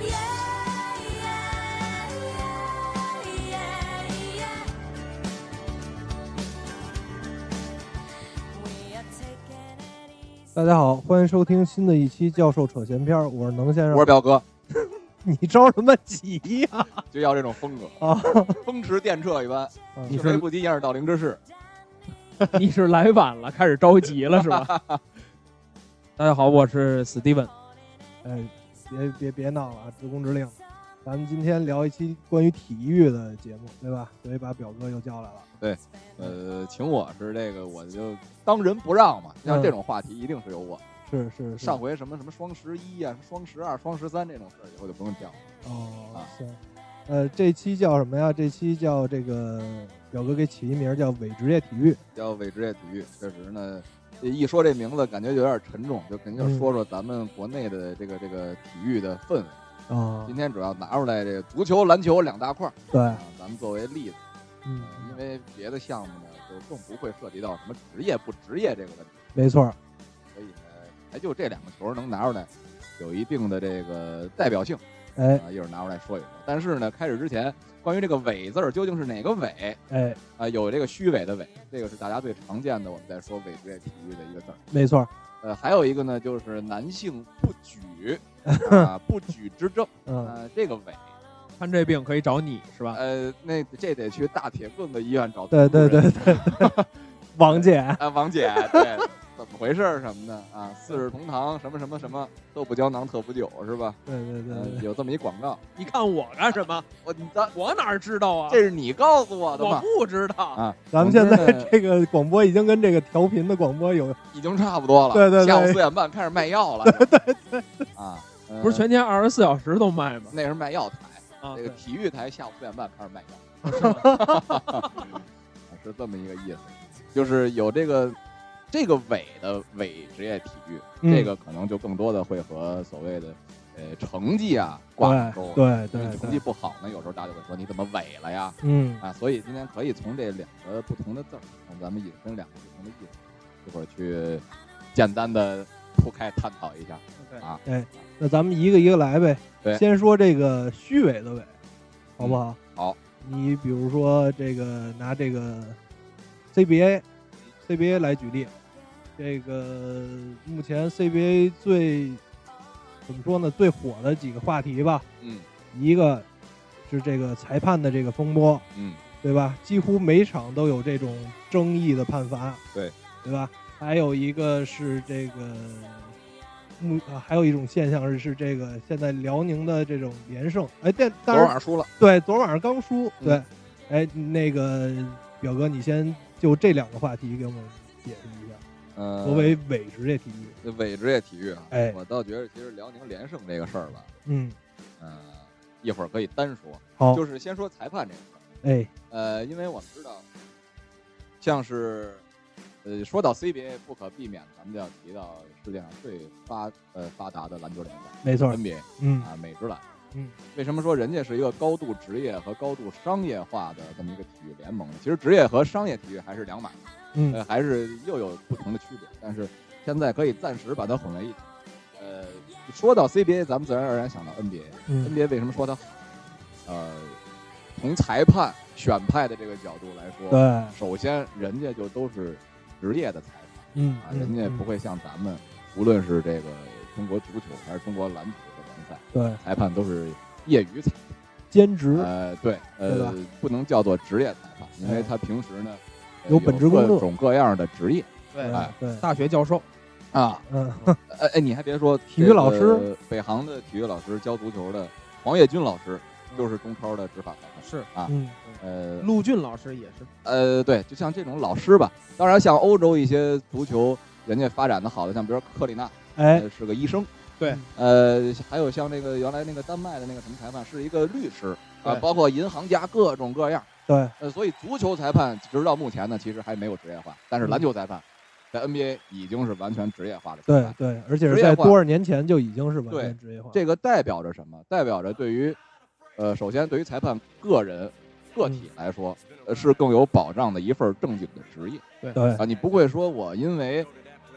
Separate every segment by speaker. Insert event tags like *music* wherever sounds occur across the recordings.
Speaker 1: Yeah, yeah, yeah, yeah, yeah. We are taking it easy.
Speaker 2: 大家好，欢迎收听新的一期《教授扯闲篇》，我是能先
Speaker 3: 我是
Speaker 2: 生。
Speaker 3: 彪哥，
Speaker 2: *laughs* 你着什么急呀、
Speaker 3: 就要这种风格，
Speaker 2: 啊？
Speaker 3: 风驰电掣
Speaker 2: *laughs*
Speaker 3: 一般，
Speaker 2: 嗯
Speaker 4: 你
Speaker 3: 是非
Speaker 4: 是
Speaker 3: 不及掩耳盗铃之势。
Speaker 4: *laughs* 你是来晚了，开始着急了是吧？ *laughs* 大家好，我是 Steven。
Speaker 2: 哎，别别别闹了，啊！职工之令。咱们今天聊一期关于体育的节目，对吧？所以把表哥又叫来了。
Speaker 3: 呃，请我是这个，我就当仁不让嘛。像
Speaker 2: 嗯
Speaker 3: 这种话题一定是有我。
Speaker 2: 是是是。
Speaker 3: 上回什么什么双十一啊呀、什么双十二、双十三这种事儿，以后就不用讲了。
Speaker 2: 哦
Speaker 3: 啊，
Speaker 2: 行。呃，这期叫什么呀？这期叫这个表哥给起一名叫“伪职业体育
Speaker 3: 叫伪职业体育，确实呢，一说这名字感觉有点沉重，就肯定就
Speaker 2: 嗯
Speaker 3: 说说咱们国内的这个这个体育的氛围。”
Speaker 2: 啊
Speaker 3: 今。天主要拿出来这个足球、篮球两大块儿
Speaker 2: 对
Speaker 3: 啊，，咱们作为例子，
Speaker 2: 嗯
Speaker 3: 呃，因为别的项目呢就更不会涉及到什么职业不职业这个问题。
Speaker 2: 没错儿。
Speaker 3: 所以呢，哎，就这两个球能拿出来，有一定的这个代表性
Speaker 2: 哎
Speaker 3: 啊。一会儿拿出来说一说。但是呢，开始之前，关于这个“伪”字儿究竟是哪个“伪
Speaker 2: 哎，”
Speaker 3: 啊？有这个虚伪的“伪”，这个是大家最常见的我们在说伪职业体育的一个字儿。
Speaker 2: 没错儿。
Speaker 3: 呃，还有一个呢，就是男性不
Speaker 2: *laughs*
Speaker 3: 举啊，不举之症
Speaker 2: 嗯，
Speaker 3: 啊，这个“伪
Speaker 4: 看这病可以找你是”，吧？
Speaker 3: 呃，那这得去大铁棍子医院找
Speaker 2: 对对
Speaker 3: 主任
Speaker 2: 对对。王姐，
Speaker 3: 啊，王姐，对，怎么回事儿什么的啊？四世同堂什么什么什么，豆腐胶囊特补酒是吧？
Speaker 2: 对对对
Speaker 3: 呃
Speaker 2: 对，
Speaker 3: 有这么一广告，
Speaker 4: 你看我干什么？
Speaker 3: *laughs* 我你当
Speaker 4: 我哪知道啊？
Speaker 3: 这是你告诉我的
Speaker 4: 我
Speaker 3: 吗？
Speaker 4: 不知道。
Speaker 3: 啊，
Speaker 2: 咱们
Speaker 3: 总
Speaker 2: 现
Speaker 3: 之
Speaker 2: 在
Speaker 3: 呢
Speaker 2: 这个广播已经跟这个调频的广播有
Speaker 3: 已经差不多了，
Speaker 2: 对对对
Speaker 3: 下午四点半开始卖药了，对对对，啊，呃
Speaker 4: 不是全天二十四小时都卖吗？
Speaker 3: 那是卖药台，
Speaker 4: 啊
Speaker 3: 这，个体育台下午四点半开始卖药，啊是这么一个意思，就是有这个这个伪的伪职业体育，
Speaker 2: 嗯
Speaker 3: 这个可能就更多的会和所谓的呃成绩啊挂钩
Speaker 2: 对，对
Speaker 3: 因为
Speaker 2: 对对
Speaker 3: 成绩，不好呢，有时候大家就会说你怎么伪了呀？
Speaker 2: 嗯，
Speaker 3: 啊，所以今天可以从这两个不同的字儿，让咱们引申两个不同的意思，一会儿去简单的铺开探讨一下。啊，
Speaker 2: 嗯哎那咱们一个一个来呗。
Speaker 3: 对嗯
Speaker 2: 先说这个虚伪的伪，好不好？
Speaker 3: 好。
Speaker 2: 你比如说这个拿这个
Speaker 3: 嗯
Speaker 2: CBA，CBA 来举例，这个目前 CBA 最怎么说呢？最火的几个话题吧，
Speaker 3: 嗯
Speaker 2: 一个是这个裁判的这个风波，
Speaker 3: 嗯，
Speaker 2: 对吧？几乎每场都有这种争议的判罚，
Speaker 3: 对
Speaker 2: 对吧？还有一个是这个，目、啊、还有一种现象是是这个现在辽宁的这种连胜，哎，但
Speaker 3: 昨
Speaker 2: 当
Speaker 3: 晚
Speaker 2: 然
Speaker 3: 上输了，
Speaker 2: 对，昨晚上刚输，
Speaker 3: 嗯
Speaker 2: 对，哎，那个表哥，你先就这两个话题给我们解释一下，
Speaker 3: 呃，
Speaker 2: 所谓伪职业体育，
Speaker 3: 伪职业体育啊，
Speaker 2: 哎
Speaker 3: 我倒觉得其实辽宁连胜这个事儿吧，
Speaker 2: 嗯，
Speaker 3: 嗯、一会儿可以单说，
Speaker 2: 好，
Speaker 3: 就是先说裁判这个事儿。
Speaker 2: 哎，
Speaker 3: 呃，因为我们知道，像是，呃，说到 CBA，不可避免，咱们就要提到世界上最发呃发达的篮球联赛
Speaker 2: 没错，
Speaker 3: NBA
Speaker 2: 嗯
Speaker 3: 啊，美职篮。
Speaker 2: 嗯，
Speaker 3: 为什么说人家是一个高度职业和高度商业化的这么一个体育联盟呢？其实职业和商业体育还是两码，
Speaker 2: 嗯
Speaker 3: 呃，还是又有不同的区别。但是现在可以暂时把它混为一谈。呃，说到 CBA，咱们自然而然想到 NBA。
Speaker 2: 嗯，
Speaker 3: NBA 为什么说它好？呃，从裁判选派的这个角度来说，
Speaker 2: 对，
Speaker 3: 首先人家就都是职业的裁判
Speaker 2: 嗯
Speaker 3: 啊，，
Speaker 2: 嗯
Speaker 3: 人家不，会像咱们，无论是这个中国足球还是中国篮球的联赛，
Speaker 2: 嗯对，
Speaker 3: 裁判都是业余裁判。
Speaker 2: 兼职，
Speaker 3: 呃，对，
Speaker 2: 对
Speaker 3: 呃
Speaker 2: 吧，
Speaker 3: 不能叫做职业裁判，因为
Speaker 2: 哎
Speaker 3: 他平时呢呃
Speaker 2: 有本职工作
Speaker 3: 各种各样的职业
Speaker 2: 对
Speaker 3: 哎
Speaker 2: 对，
Speaker 4: 大学教授，
Speaker 3: 啊。
Speaker 2: 嗯，
Speaker 3: 哎哎，你还别说，
Speaker 2: *laughs* 体育老师，
Speaker 3: 北航的体育老师教足球的黄业军老师就是中超的执法裁判。
Speaker 4: 是
Speaker 2: 嗯，
Speaker 3: 呃
Speaker 4: 陆俊老师也是。
Speaker 3: 呃，对，就像这种老师吧。当然，像欧洲一些足球，人家发展的好的，像比如说克里纳，
Speaker 2: 哎，
Speaker 3: 呃是个医生。
Speaker 4: 对，
Speaker 3: 呃，还有像那个原来那个丹麦的那个什么裁判是一个律师啊，
Speaker 4: 对
Speaker 3: 包括银行家各种各样。
Speaker 2: 对，
Speaker 3: 呃，所以足球裁判直到目前呢，其实还没有职业化，但是
Speaker 2: 嗯
Speaker 3: 篮球裁判在 NBA 已经是完全职业化的裁
Speaker 2: 对
Speaker 3: 判。
Speaker 2: 对，而且
Speaker 3: 职
Speaker 2: 是
Speaker 3: 业
Speaker 2: 在
Speaker 3: 化
Speaker 2: 多少年前就已经是完
Speaker 3: 对
Speaker 2: 全职业化。
Speaker 3: 这个代表着什么？代表着对于，呃，首先对于裁判个人个体
Speaker 2: 嗯
Speaker 3: 来说，呃，是更有保障的一份正经的职业
Speaker 2: 对
Speaker 3: 啊。你不会说我因为，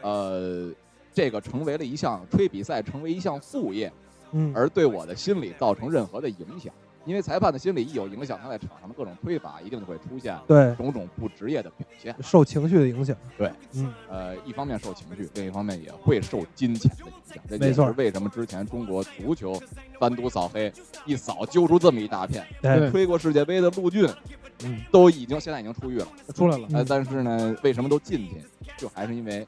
Speaker 3: 呃，这个成为了一项吹比赛成为一项副业，
Speaker 2: 嗯，
Speaker 3: 而对我的心理造成任何的影响。因为裁判的心理一有影响，他在场上的各种推法一定就会出现
Speaker 2: 对
Speaker 3: 种种不职业的表现。
Speaker 2: 受情绪的影响。
Speaker 3: 对，
Speaker 2: 嗯，
Speaker 3: 呃，一方面受情绪，另一方面也会受金钱的影响。这
Speaker 2: 没
Speaker 3: 也
Speaker 2: 错
Speaker 3: 是为什么之前中国足球单独扫黑，一扫揪出这么一大片。
Speaker 2: 哎
Speaker 4: 对，
Speaker 3: 吹过世界杯的陆俊
Speaker 2: 嗯，
Speaker 3: 都已经现在已经出狱了，
Speaker 4: 出来了，
Speaker 3: 呃，
Speaker 2: 嗯
Speaker 3: 但是呢，为什么都进去？就还是因为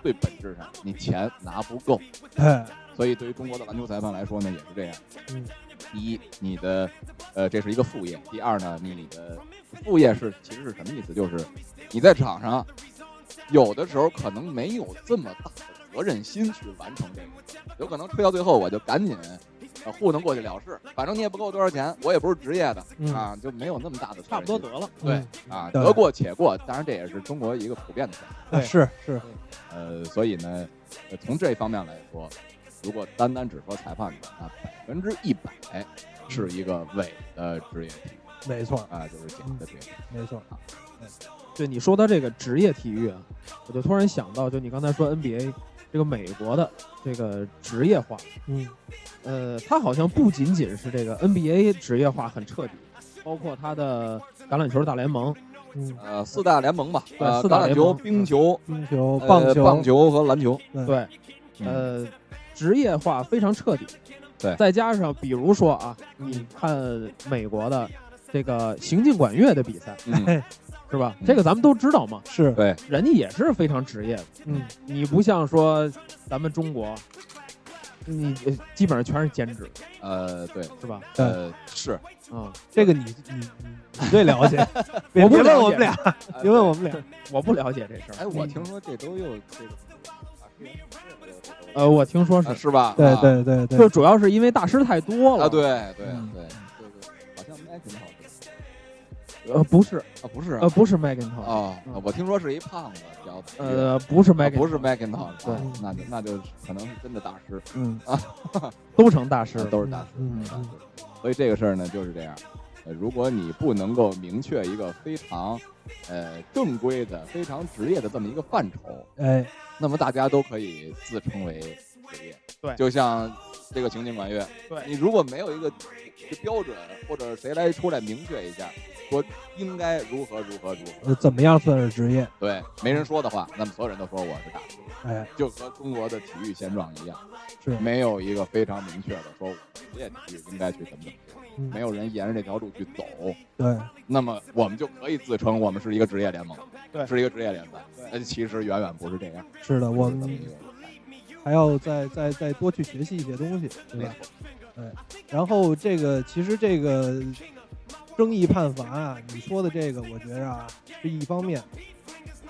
Speaker 3: 最本质上你钱拿不够。
Speaker 2: 哎，
Speaker 3: 所以对于中国的篮球裁判来说呢，也是这样。
Speaker 2: 嗯，
Speaker 3: 第一，你的呃这是一个副业；第二呢，你的副业是其实是什么意思？就是你在场上有的时候可能没有这么大的责任心去完成这个，有可能吹到最后我就赶紧。呃糊弄过去了事，反正你也不给我多少钱，我也不是职业的、
Speaker 2: 嗯
Speaker 3: 啊，就没有那么大的责任心
Speaker 4: 差不多得了。
Speaker 3: 对
Speaker 2: 嗯
Speaker 3: 啊，
Speaker 2: 对
Speaker 3: 得过且过。当然，这也是中国一个普遍的现象。
Speaker 2: 啊
Speaker 4: 对
Speaker 2: 是是，
Speaker 3: 呃，所以呢，呃从这方面来说，如果单单只说裁判的话，那百分之一百是一个伪的职业体育
Speaker 2: 没错
Speaker 3: 啊，就是假的职业体育。
Speaker 2: 没错，
Speaker 4: 对你说到这个职业体育啊，我就突然想到，就你刚才说 NBA 这个美国的这个职业化，
Speaker 2: 嗯
Speaker 4: 呃，它好像不仅仅是这个 NBA 职业化很彻底，包括它的橄榄球大联盟，
Speaker 2: 嗯，
Speaker 3: 呃，四大联盟吧，
Speaker 4: 对
Speaker 3: 呃，
Speaker 4: 四
Speaker 3: 橄
Speaker 4: 大
Speaker 3: 榄
Speaker 4: 联
Speaker 3: 球、
Speaker 4: 盟
Speaker 3: 冰球、
Speaker 2: 冰球、
Speaker 3: 呃
Speaker 2: 棒球、
Speaker 3: 棒球和篮球。
Speaker 4: 对，呃，职业化非常彻底。
Speaker 3: 对
Speaker 4: 再加上比如说啊，你看美国的这个行进管乐的比赛
Speaker 3: 嗯，
Speaker 4: 是吧
Speaker 3: 嗯？
Speaker 4: 这个咱们都知道嘛，
Speaker 2: 是，
Speaker 3: 对，
Speaker 4: 人家也是非常职业的。
Speaker 2: 嗯，
Speaker 4: 你不像说咱们中国，你呃基本上全是兼职，
Speaker 3: 呃，对，
Speaker 4: 是吧？
Speaker 3: 呃，是，
Speaker 4: 啊、
Speaker 2: 这个你你你你最了
Speaker 3: *laughs*
Speaker 2: 解，别
Speaker 4: 我不
Speaker 2: 别问
Speaker 4: 了
Speaker 2: 我
Speaker 4: 解
Speaker 2: 们俩，
Speaker 3: 呃
Speaker 2: 别问我们俩，
Speaker 4: 我不了解这事
Speaker 3: 哎，
Speaker 4: 儿。
Speaker 3: 我听说这周又这个啊是原这个
Speaker 4: 呃，我听说是
Speaker 3: 啊，是吧？
Speaker 2: 对
Speaker 3: 啊
Speaker 2: 对对
Speaker 4: 就
Speaker 2: 对，
Speaker 4: 主要是因为大师太多了
Speaker 3: 啊，，对对
Speaker 4: 嗯
Speaker 3: 对，这个好像麦挺好的
Speaker 4: 呃，不是，
Speaker 3: 啊，不是啊
Speaker 4: 呃，不是 Macintosh，
Speaker 3: 哦，我听说是一胖子叫
Speaker 4: 嗯呃，不是
Speaker 3: 啊
Speaker 4: Macintosh，
Speaker 3: 不是 Macintosh，
Speaker 4: 对
Speaker 3: 啊那就那就可能是真的大师，
Speaker 4: 嗯
Speaker 3: 啊，
Speaker 4: 都成大师了，
Speaker 3: 都是大师，
Speaker 2: 嗯
Speaker 3: 都是大
Speaker 2: 嗯
Speaker 3: 师。所以这个事儿呢就是这样，呃，如果你不能够明确一个非常呃正规的、非常职业的这么一个范畴，
Speaker 2: 哎，
Speaker 3: 那么大家都可以自称为职业。
Speaker 4: 对
Speaker 3: 就像这个情景管乐，
Speaker 4: 对
Speaker 3: 你如果没有一个一个标准，或者谁来出来明确一下，说应该如何如何如
Speaker 2: 呃
Speaker 3: 何，
Speaker 2: 怎么样算是职业？
Speaker 3: 对，没人说的话，那么所有人都说我是大师。
Speaker 2: 哎，
Speaker 3: 就和中国的体育现状一样，
Speaker 2: 是
Speaker 3: 没有一个非常明确的说我职业体育应该去怎么怎么样，
Speaker 2: 嗯
Speaker 3: 没有人沿着这条路去走，
Speaker 2: 对，
Speaker 3: 那么我们就可以自称我们是一个职业联盟，
Speaker 4: 对
Speaker 3: 是一个职业联赛。但其实远远不是这样，
Speaker 2: 是的，我
Speaker 3: 不是这么
Speaker 2: 们
Speaker 3: 一个
Speaker 2: 还要再再再多去学习一些东西，对吧？哎，然后这个其实这个争议判罚啊，你说的这个，我觉着啊是一方面。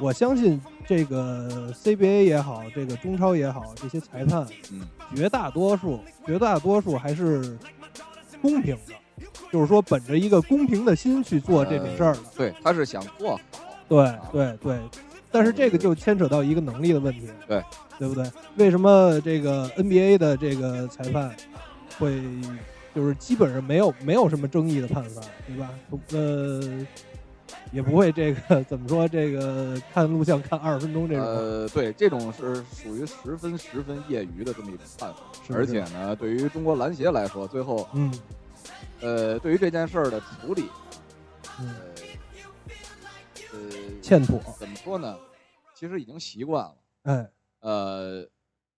Speaker 2: 我相信这个 CBA 也好，这个中超也好，这些裁判，
Speaker 3: 嗯，
Speaker 2: 绝大多数绝大多数还是公平的，就是说本着一个公平的心去做这种事儿的。
Speaker 3: 对，他是想做好，
Speaker 2: 对对对，但是这个就牵扯到一个能力的问题，
Speaker 3: 对
Speaker 2: 对不对？为什么这个 NBA 的这个裁判会就是基本上没有没有什么争议的判罚，对吧？不呃，也不会这个 *laughs* 怎么说这个看录像看二十分钟这种，
Speaker 3: 呃，对，这种是属于十分十分业余的这么一种办法，
Speaker 2: 是不是
Speaker 3: 而且呢，对于中国篮协来说，最后
Speaker 2: 嗯
Speaker 3: 呃，对于这件事儿的处理，
Speaker 2: 嗯
Speaker 3: 呃，呃，
Speaker 2: 欠妥，
Speaker 3: 怎么说呢？其实已经习惯了，
Speaker 2: 哎
Speaker 3: 呃，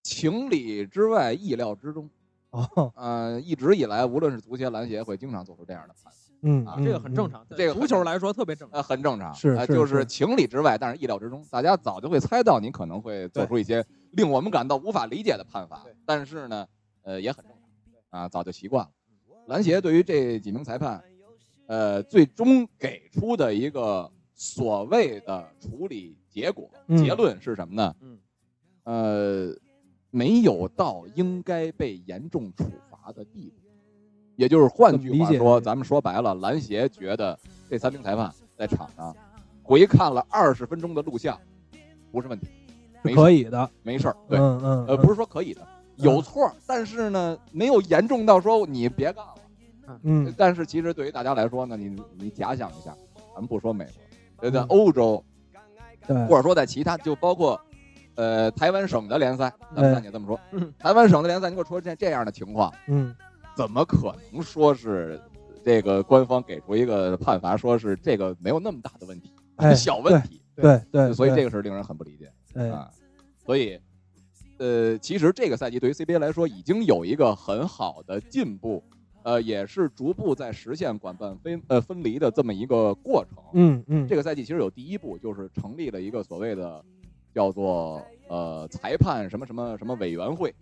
Speaker 3: 情理之外，意料之中。
Speaker 2: 哦
Speaker 3: 呃，一直以来，无论是足协、篮协，会经常做出这样的判断，
Speaker 2: 嗯
Speaker 3: 啊，
Speaker 4: 这个很正
Speaker 2: 常，
Speaker 4: 常。
Speaker 3: 这个很
Speaker 4: 足球来说特别正常
Speaker 3: 呃，，很正常，
Speaker 2: 是
Speaker 3: 呃
Speaker 2: 是
Speaker 3: 就是是情理之外，但是意料之中。大家早就会猜到你可能会做出一些令我们感到无法理解的判罚
Speaker 4: 对，
Speaker 3: 但是呢，呃，也很正常，啊，早就习惯了。篮协对于这几名裁判，呃，最终给出的一个所谓的处理结果、
Speaker 2: 嗯
Speaker 3: 结论是什么呢？
Speaker 4: 嗯，
Speaker 3: 呃，没有到应该被严重处罚的地步。也就是换句话
Speaker 4: 怎么理
Speaker 3: 说，
Speaker 4: 解
Speaker 3: 咱们说白了，篮协觉得这三名裁判在场上回看了二十分钟的录像，不是问题，没
Speaker 4: 是
Speaker 3: 事儿
Speaker 4: 可以的，
Speaker 3: 没事儿。对，
Speaker 4: 嗯嗯，
Speaker 3: 呃，不是说可以的，有错儿，但是呢，没有严重到说你别干了。
Speaker 4: 嗯，
Speaker 3: 但是其实对于大家来说呢，你你假想一下，咱们不说美国，呃
Speaker 4: 嗯
Speaker 3: 在欧洲
Speaker 4: 对，
Speaker 3: 或者说在其他，就包括呃台湾省的联赛，咱们
Speaker 4: 哎
Speaker 3: 暂且这么说
Speaker 4: 嗯，
Speaker 3: 台湾省的联赛，你给我出现这样的情况，
Speaker 4: 嗯
Speaker 3: 怎么可能说是这个官方给出一个判罚，说是这个没有那么大的问题，
Speaker 4: 哎
Speaker 3: 小问题，
Speaker 4: 对对，
Speaker 3: 所以这
Speaker 4: 个
Speaker 3: 个是令人很不理解。
Speaker 4: 哎
Speaker 3: 啊，所以，呃，其实这个赛季对于 CBA 来说已经有一个很好的进步，呃，也是逐步在实现管办分呃分离的这么一个过程。
Speaker 4: 嗯嗯
Speaker 3: 这个赛季其实有第一步，就是成立了一个所谓的叫做呃裁判什么什么什么委员会，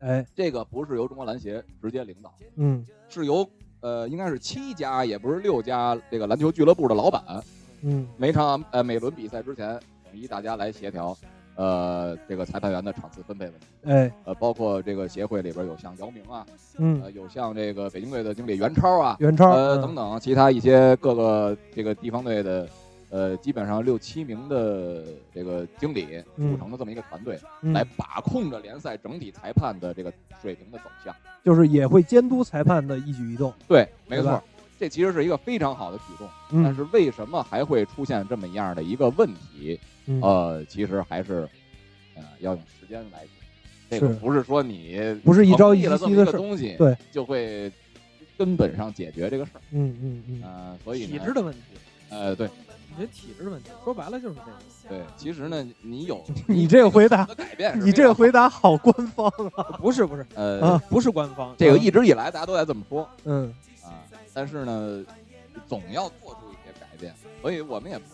Speaker 4: 哎
Speaker 3: 这个不是由中国篮协直接领导，
Speaker 4: 嗯
Speaker 3: 是由呃应该是七家也不是六家这个篮球俱乐部的老板
Speaker 4: 嗯
Speaker 3: 每场呃每轮比赛之前，统一大家来协调，呃，这个裁判员的场次分配问题，
Speaker 4: 哎
Speaker 3: 呃，包括这个协会里边有像姚明啊，
Speaker 4: 嗯，
Speaker 3: 呃，有像这个北京队的经理袁超啊，
Speaker 4: 袁超
Speaker 3: 呃，等等，其他一些各个这个地方队的，呃，基本上六七名的这个经理
Speaker 4: 嗯
Speaker 3: 组成的这么一个团队，
Speaker 2: 嗯
Speaker 4: 等
Speaker 3: 来把控着联赛整体裁判的这个水平的走向。
Speaker 4: 就是也会监督裁判的一举一动，
Speaker 3: 啊对，没
Speaker 4: 嗯对吧
Speaker 3: 错，这其实是一个非常好的举动。但
Speaker 4: 嗯
Speaker 3: 是为什么还会出现这么样的一个问题？
Speaker 4: 嗯
Speaker 3: 呃，其实还是呃要用时间来解决。这个
Speaker 4: 是
Speaker 3: 不是说你
Speaker 4: 不是一朝一
Speaker 3: 成立了这么一
Speaker 4: 夕的
Speaker 3: 个
Speaker 4: 事儿，
Speaker 3: 东西，
Speaker 4: 对，
Speaker 3: 就会根本上解决这个事儿。
Speaker 4: 嗯嗯嗯，
Speaker 3: 呃，所以
Speaker 4: 体
Speaker 3: 呢
Speaker 4: 制的问题，
Speaker 3: 呃，对
Speaker 4: 你这体制问题，说白了就是这个。
Speaker 3: 对，其实呢，你有
Speaker 4: *laughs* 你这个回答
Speaker 3: 的改 *laughs* 变是非常好，
Speaker 2: 你这个回答好官方啊！
Speaker 4: 不是不是
Speaker 3: 呃
Speaker 4: 啊，，不是官方，
Speaker 3: 这个一直以来大家都在这么说
Speaker 4: 嗯
Speaker 3: 啊，但是呢，总要做出一些改变，所以我们也不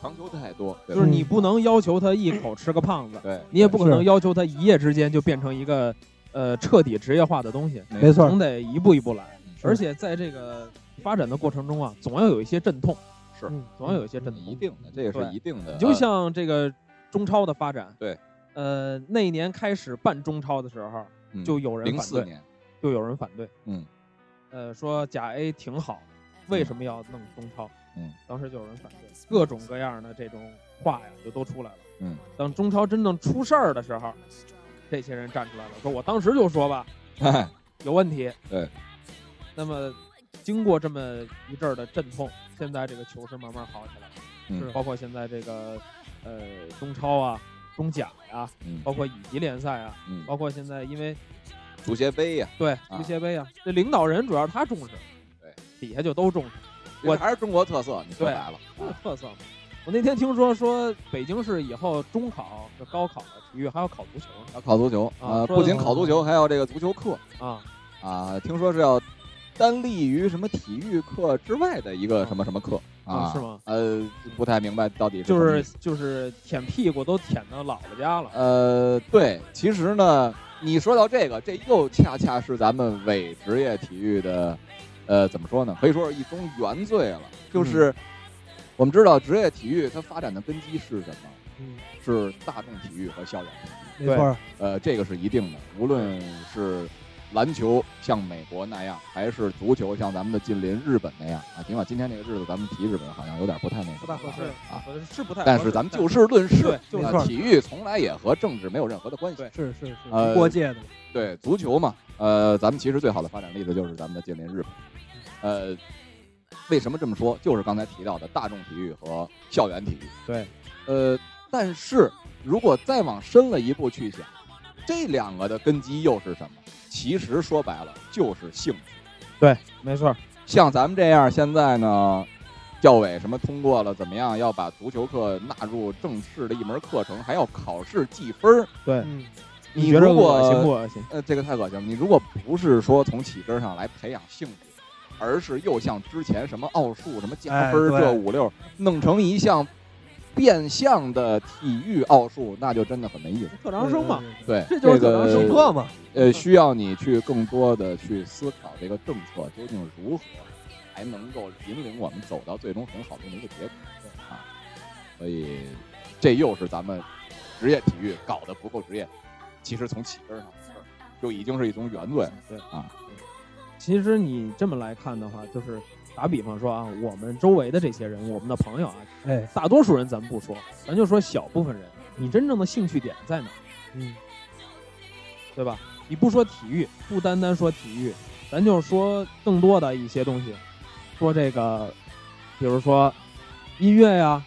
Speaker 3: 强求太多，对
Speaker 4: 就
Speaker 3: 吧
Speaker 4: 是你不能要求他一口吃个胖子，
Speaker 3: 对，
Speaker 4: 你也不可能
Speaker 2: 是
Speaker 4: 要求他一夜之间就变成一个呃彻底职业化的东西，
Speaker 2: 没错
Speaker 4: 总得一步一步来。
Speaker 2: 是
Speaker 4: 而且在这个发展的过程中啊，总要有一些阵痛，
Speaker 3: 是
Speaker 4: 嗯总要有一些阵痛。
Speaker 3: 一定的，这也是
Speaker 4: 对
Speaker 3: 一定的。
Speaker 4: 你就
Speaker 3: 呃
Speaker 4: 像这个中超的发展，
Speaker 3: 对，
Speaker 4: 呃，那一年开始办中超的时候，
Speaker 3: 嗯
Speaker 4: 就有人
Speaker 3: 零
Speaker 4: 反
Speaker 3: 四
Speaker 4: 对，
Speaker 3: 年， *laughs*
Speaker 4: 就有人反对，
Speaker 3: 嗯，
Speaker 4: 呃，说甲 A 挺好，为什么要弄中超？
Speaker 3: 嗯，
Speaker 4: 当时就有人反对，各种各样的这种话呀，就都出来了。
Speaker 3: 嗯，
Speaker 4: 等中超真正出事儿的时候，这些人站出来了，说我当时就说吧，
Speaker 3: 哎
Speaker 4: 有问题。
Speaker 3: 对。
Speaker 4: 那么，经过这么一阵儿的阵痛，现在这个球是慢慢好起来了，
Speaker 3: 嗯
Speaker 4: 是包括现在这个呃中超啊、中甲呀、
Speaker 3: 嗯
Speaker 4: 包括乙级联赛啊，
Speaker 3: 嗯，
Speaker 4: 包括现在因为
Speaker 3: 足协杯呀，
Speaker 4: 对
Speaker 3: 啊
Speaker 4: 足协杯啊，这领导人主要是他重视，
Speaker 3: 对，
Speaker 4: 底下就都重视，
Speaker 3: 这
Speaker 4: 我
Speaker 3: 还是中国特色，你说
Speaker 4: 对
Speaker 3: 白了，
Speaker 4: 这有
Speaker 3: 啊
Speaker 4: 特色嘛。我那天听说说北京市以后中考、这高考、体育还要考足球呢
Speaker 3: 要考足球
Speaker 4: 啊
Speaker 3: 啊，
Speaker 4: 说
Speaker 3: 不仅
Speaker 4: 得
Speaker 3: 考足球，还要这个足球课
Speaker 4: 啊，
Speaker 3: 啊，听说是要单立于什么体育课之外的一个什么什么课
Speaker 4: 啊
Speaker 3: 啊？
Speaker 4: 是吗？
Speaker 3: 呃，不太明白到底什
Speaker 4: 就
Speaker 3: 么
Speaker 4: 是
Speaker 3: 意思
Speaker 4: 就是舔屁股都舔到姥姥家了。
Speaker 3: 呃，对，其实呢，你说到这个，这又恰恰是咱们伪职业体育的，呃，怎么说呢？可以说是一宗原罪了，就是。
Speaker 4: 嗯
Speaker 3: 我们知道职业体育它发展的根基是什么？
Speaker 4: 嗯，
Speaker 3: 是大众体育和校园体育。
Speaker 2: 没错儿，
Speaker 3: 呃，这个是一定的。无论是篮球像美国那样，还是足球像咱们的近邻日本那样啊，尽管今天这个日子咱们提日本好像有点不太那个，
Speaker 4: 不大合适
Speaker 3: 啊。
Speaker 4: 不是呃是不太合适，
Speaker 3: 但是咱们就事论事
Speaker 4: 对，就是
Speaker 3: 啊
Speaker 2: 没错
Speaker 3: 体育从来也和政治没有任何的关系。
Speaker 4: 对
Speaker 2: 是是是，
Speaker 3: 呃
Speaker 2: 无国界的，
Speaker 3: 对足球嘛，呃，咱们其实最好的发展例子就是咱们的近邻日本。呃，为什么这么说？就是刚才提到的大众体育和校园体育。
Speaker 4: 对，
Speaker 3: 呃，但是如果再往深了一步去想，这两个的根基又是什么？其实说白了就是兴趣。
Speaker 4: 没错儿，
Speaker 3: 像咱们这样，现在呢，教委什么通过了，怎么样要把足球课纳入正式的一门课程，还要考试计分儿。
Speaker 4: 对
Speaker 2: 嗯，
Speaker 3: 你
Speaker 4: 觉得
Speaker 3: 如果
Speaker 4: 恶心不恶心？
Speaker 3: 呃，这个太恶心了。你如果不是说从起根儿上来培养兴趣，而是又像之前什么奥数、什么加
Speaker 2: 哎
Speaker 3: 分儿
Speaker 2: 对
Speaker 3: 这五六儿弄成一项变相的体育奥数，那就真的很没意思。
Speaker 4: 特长生嘛，
Speaker 2: 对，
Speaker 3: 对，
Speaker 4: 这就是可能
Speaker 2: 手
Speaker 4: 是
Speaker 3: 个
Speaker 2: 册嘛，
Speaker 3: 呃，需要你去更多的去思考这个政策究竟如何才能够引领我们走到最终很好的一个结果啊。所以，这又是咱们职业体育搞得不够职业。其实从起根儿上就已经是一种原罪。
Speaker 4: 其实你这么来看的话，就是打比方说啊，我们周围的这些人，我们的朋友啊，
Speaker 2: 哎，
Speaker 4: 大多数人咱们不说，咱就说小部分人，你真正的兴趣点在哪儿？
Speaker 2: 嗯，
Speaker 4: 对吧？你不说体育，不单单说体育，咱就说更多的一些东西，说这个，比如说音乐呀、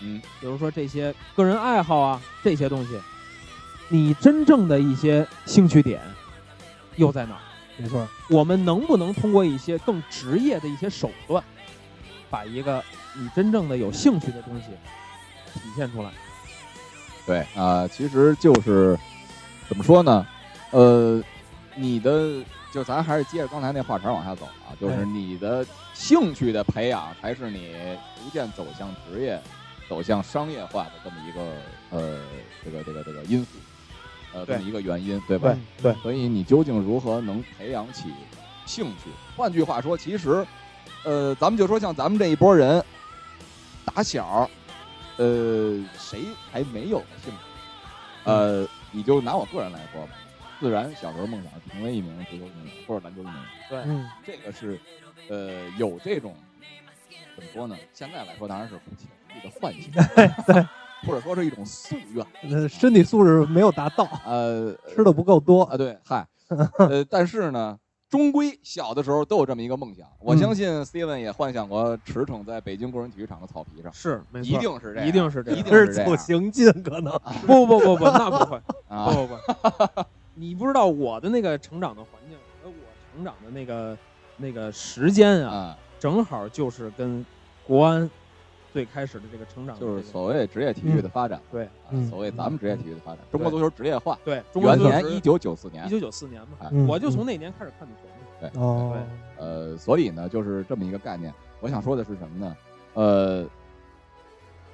Speaker 3: 嗯，
Speaker 4: 比如说这些个人爱好啊，这些东西，你真正的一些兴趣点又在哪儿？
Speaker 2: 没错，
Speaker 4: 我们能不能通过一些更职业的一些手段，把一个你真正的有兴趣的东西体现出来？
Speaker 3: 对啊、其实就是怎么说呢？呃，你的就咱还是接着刚才那话茬儿往下走啊，就是
Speaker 4: 哎
Speaker 3: 你的兴趣的培养，才是你逐渐走向职业、走向商业化的这么一个呃这个这个这个因素，呃，这
Speaker 4: 对
Speaker 3: 么一个原因，对吧？
Speaker 4: 对
Speaker 3: 所以你究竟如何能培养起兴趣？换句话说，其实，呃，咱们就说像咱们这一波人，打小，呃，谁还没有兴趣？
Speaker 4: 嗯
Speaker 3: 呃，你就拿我个人来说吧，自然小时候梦想是成为一名足球运动员或者篮球运动员，
Speaker 4: 嗯，
Speaker 3: 这个是，呃，有这种怎么说呢？现在来说当然是不切实际的幻
Speaker 4: *laughs*
Speaker 3: 想，或者说是一种夙愿。
Speaker 2: 呃，身体素质没有达到，
Speaker 3: 呃，
Speaker 2: 吃的不够多，
Speaker 3: 啊，对，嗨，
Speaker 4: *laughs*
Speaker 3: 呃，但是呢，终归小的时候都有这么一个梦想。我
Speaker 2: 嗯
Speaker 3: 相信 Steven 也幻想过驰骋在北京工人体育场的草皮上，
Speaker 4: 是没错，
Speaker 3: 一定是这样，
Speaker 4: 一定是这样
Speaker 3: 一定
Speaker 2: 这
Speaker 3: 是
Speaker 2: 是
Speaker 3: 这
Speaker 2: 走
Speaker 3: 样
Speaker 2: 行进可能。
Speaker 4: 不不不不，那不
Speaker 3: *laughs*
Speaker 4: 会，
Speaker 3: 啊！
Speaker 4: 不不不，你不知道我的那个成长的环境，和我成长的那个那个时间啊，
Speaker 3: 啊，
Speaker 4: 正好就是跟国安最开始的这个成长的
Speaker 3: 就是
Speaker 4: 这个
Speaker 3: 所谓职业体育的发展，
Speaker 4: 啊对
Speaker 3: 啊
Speaker 2: 嗯
Speaker 3: 所谓咱们职业体育的发展，中国足球职业化，
Speaker 4: 对，中国
Speaker 3: 元
Speaker 4: 足球
Speaker 3: 年一九九四
Speaker 4: 一
Speaker 3: 年，
Speaker 4: 九九四年嘛，
Speaker 3: 哎
Speaker 2: 嗯
Speaker 4: 我就从那年开始看的球。
Speaker 2: 哦，
Speaker 3: 呃，所以呢，就是这么一个概念。我想说的是什么呢？呃，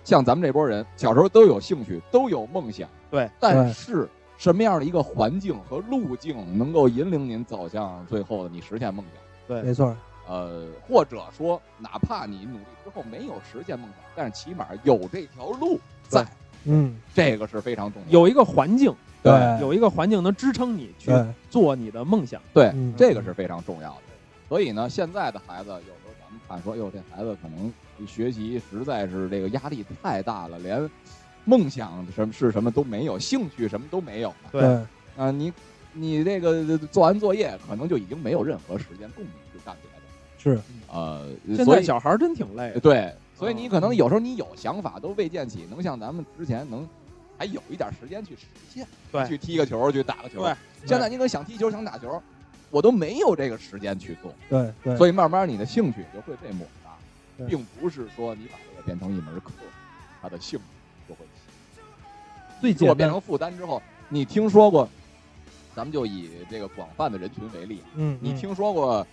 Speaker 3: 像咱们这波人，小时候都有兴趣，都有梦想，
Speaker 4: 对，
Speaker 3: 但
Speaker 2: 对
Speaker 3: 是什么样的一个环境和路径能够引领您走向最后的你实现梦想？
Speaker 2: 没错，
Speaker 3: 呃，或者说，哪怕你努力之后没有实现梦想，但是起码有这条路在，
Speaker 2: 嗯，
Speaker 3: 这个是非常重要的。
Speaker 4: 有一个环境，
Speaker 3: 对
Speaker 2: 哎
Speaker 4: 有一个环境能支撑你去
Speaker 2: 对，
Speaker 4: 做你的梦想。
Speaker 3: 对，
Speaker 2: 嗯
Speaker 3: 这个是非常重要的。所以呢，现在的孩子有时候咱们看说，哟，这孩子可能学习实在是这个压力太大了，连梦想什么是什么都没有，兴趣什么都没有了。
Speaker 4: 对
Speaker 2: 对
Speaker 3: 啊、你你这个做完作业，可能就已经没有任何时间供你去干别的。
Speaker 2: 是，
Speaker 3: 呃，
Speaker 4: 现
Speaker 3: 所
Speaker 4: 在
Speaker 3: 以
Speaker 4: 小孩儿真挺累的，
Speaker 3: 对，所以你可能有时候你有想法都未见起，能像咱们之前能还有一点时间去实现，
Speaker 4: 对
Speaker 3: 去踢个球，去打个球。
Speaker 4: 对，
Speaker 3: 现在你可能想踢球想打球，我都没有这个时间去做，
Speaker 2: 对对，
Speaker 3: 所以慢慢你的兴趣就会被抹杀，
Speaker 2: 对
Speaker 3: 并不是说你把这个变成一门课，他的兴趣就会
Speaker 2: 最
Speaker 3: 如果
Speaker 2: 简
Speaker 3: 变
Speaker 2: 单，
Speaker 3: 成负担之后，你听说过？咱们就以这个广泛的人群为例，啊
Speaker 2: 嗯，
Speaker 3: 你听说过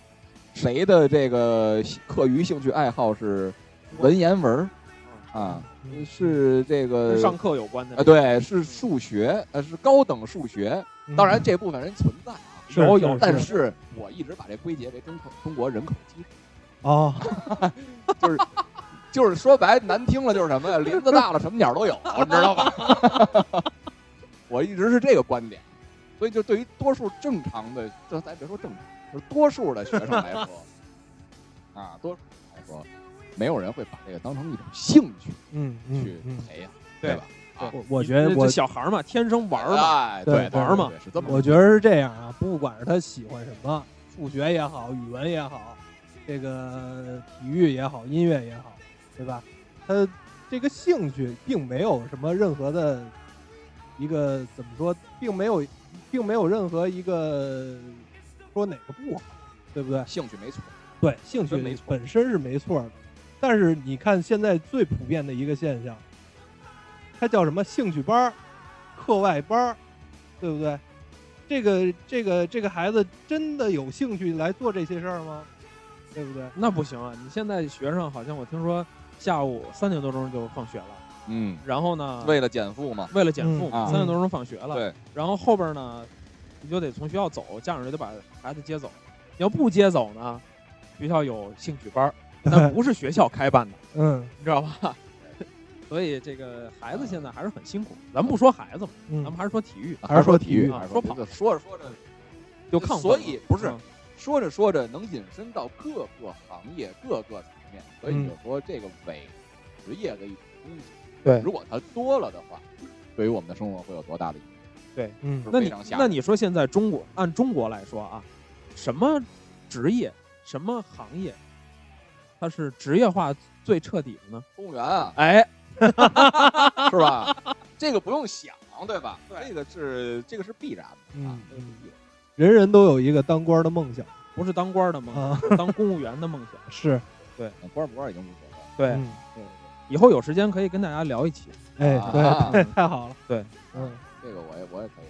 Speaker 3: 谁的这个课余兴趣爱好是文言文儿啊？
Speaker 2: 嗯
Speaker 3: 是这个
Speaker 4: 跟上课有关的
Speaker 3: 啊，，呃对，是数学，呃，是高等数学。
Speaker 2: 嗯
Speaker 3: 当然，这部分人存在啊，
Speaker 2: 是
Speaker 3: 有
Speaker 2: 是
Speaker 3: 有，
Speaker 2: 是
Speaker 3: 但是我一直把这归结为中口中国人口基数，
Speaker 2: 哦，
Speaker 3: 就是说白难听了就是什么呀，林子大了什么鸟都
Speaker 4: *laughs*
Speaker 3: 有，你知道吧？ *laughs* 我一直是这个观点，所以就对于多数正常的，就咱别说正常，就是多数的学生来说，
Speaker 4: *laughs*
Speaker 3: 啊，多数来说，没有人会把这个当成一种兴趣
Speaker 2: 嗯
Speaker 3: 去
Speaker 2: 嗯嗯，
Speaker 3: 培养，
Speaker 4: 对
Speaker 3: 吧？
Speaker 2: 我我
Speaker 4: 你
Speaker 2: 觉得
Speaker 4: 这
Speaker 2: 我
Speaker 4: 这小孩儿嘛，天生玩儿嘛，
Speaker 3: 哎，
Speaker 2: 对
Speaker 3: 对，对
Speaker 4: 玩儿嘛，
Speaker 3: 对对是这么
Speaker 2: 我觉得是这样啊，不管是他喜欢什么，数学也好，语文也好，这个体育也好，音乐也好，对吧？他这个兴趣并没有什么任何的一个怎么说，并没有，并没有任何一个说哪个不好，对不对？
Speaker 3: 兴趣没错，
Speaker 2: 对，兴趣
Speaker 3: 真没错
Speaker 2: 本身是没错的，但是你看现在最普遍的一个现象，它叫什么？兴趣班儿、课外班儿，对不对？这个这个这个孩子真的有兴趣来做这些事儿吗？对不对？
Speaker 4: 那不行啊！你现在学生好像我听说下午三点多钟就放学了，
Speaker 3: 嗯，
Speaker 4: 然后呢，
Speaker 3: 为了减负嘛，
Speaker 4: 为了减负
Speaker 2: 嗯
Speaker 4: 嘛，
Speaker 3: 啊
Speaker 4: 三点多钟放学了，
Speaker 3: 对，
Speaker 4: 然后后边呢，你就得从学校走，家长就得把孩子接走。你要不接走呢，学校有兴趣班儿，但不是学校开办的，
Speaker 2: 嗯，
Speaker 4: 你知道吧？ *laughs* 所以这个孩子现在还是很辛苦。咱们不说孩子嘛，咱们
Speaker 2: 嗯，
Speaker 4: 还是说体育，
Speaker 2: 还是说体育
Speaker 3: 还是
Speaker 4: 说
Speaker 3: 说
Speaker 4: 跑
Speaker 3: 跑，说着说着
Speaker 4: 就亢奋了。
Speaker 3: 所以不是
Speaker 4: 嗯
Speaker 3: 说着说着能引申到各个行业、各个层面，所以
Speaker 2: 嗯
Speaker 3: 就说这个伪职业的一种东西，
Speaker 4: 对
Speaker 3: 如果它多了的话，对于我们的生活会有多大的影响？
Speaker 2: 嗯
Speaker 3: 是
Speaker 4: 那
Speaker 3: 非
Speaker 4: 你
Speaker 3: 常吓
Speaker 4: 那
Speaker 3: 人
Speaker 4: 你说现在中国按中国来说啊，什么职业、什么行业，它是职业化最彻底的呢？
Speaker 3: 公务员啊，
Speaker 4: 哎，
Speaker 3: 是吧？这个不用想，对吧？这个是这个是必然的啊
Speaker 2: 嗯，
Speaker 3: 这个是必然的
Speaker 2: 人人都有一个当官的梦想
Speaker 4: 不是当官儿的梦想，
Speaker 2: 啊， *laughs*
Speaker 4: 是当公务员的梦想。
Speaker 2: 是，
Speaker 3: 嗯官儿不官儿已经无所谓了。
Speaker 4: 对，
Speaker 2: 嗯
Speaker 4: 以后有时间可以跟大家聊一期，
Speaker 2: 哎，
Speaker 3: 啊
Speaker 2: 对， *laughs* 太好了，
Speaker 4: 对，
Speaker 2: 嗯
Speaker 3: 这个我也我也可以。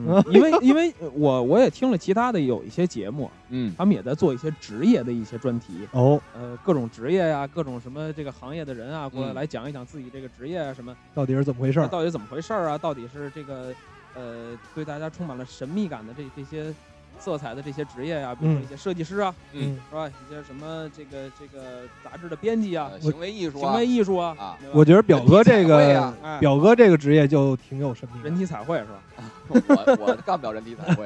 Speaker 4: 嗯、因为因为我我也听了其他的有一些节目，啊
Speaker 3: 嗯，
Speaker 4: 他们也在做一些职业的一些专题，
Speaker 2: 哦，
Speaker 4: 呃，各种职业呀、各种什么这个行业的人啊，过来
Speaker 3: 嗯
Speaker 4: 来讲一讲自己这个职业啊什么。
Speaker 2: 到底是怎么回事
Speaker 4: 那
Speaker 2: 儿？
Speaker 4: 到底怎么回事儿啊？到底是这个呃，对大家充满了神秘感的这这些色彩的这些职业啊，比如说
Speaker 2: 嗯
Speaker 4: 一些设计师啊，
Speaker 3: 嗯
Speaker 4: 是吧？一些什么这个这个杂志的编辑啊，
Speaker 3: 呃
Speaker 2: 我
Speaker 3: 行为艺术
Speaker 4: 行
Speaker 3: 啊，
Speaker 4: 为艺术啊，
Speaker 3: 啊
Speaker 4: 对吧
Speaker 2: 我觉得表哥这
Speaker 3: 人体彩绘
Speaker 2: 个
Speaker 3: 啊 *laughs*
Speaker 4: 哎
Speaker 2: 表哥这个职业就挺有神秘感
Speaker 4: 人体彩绘是吧？
Speaker 3: 我我干不了人体彩绘，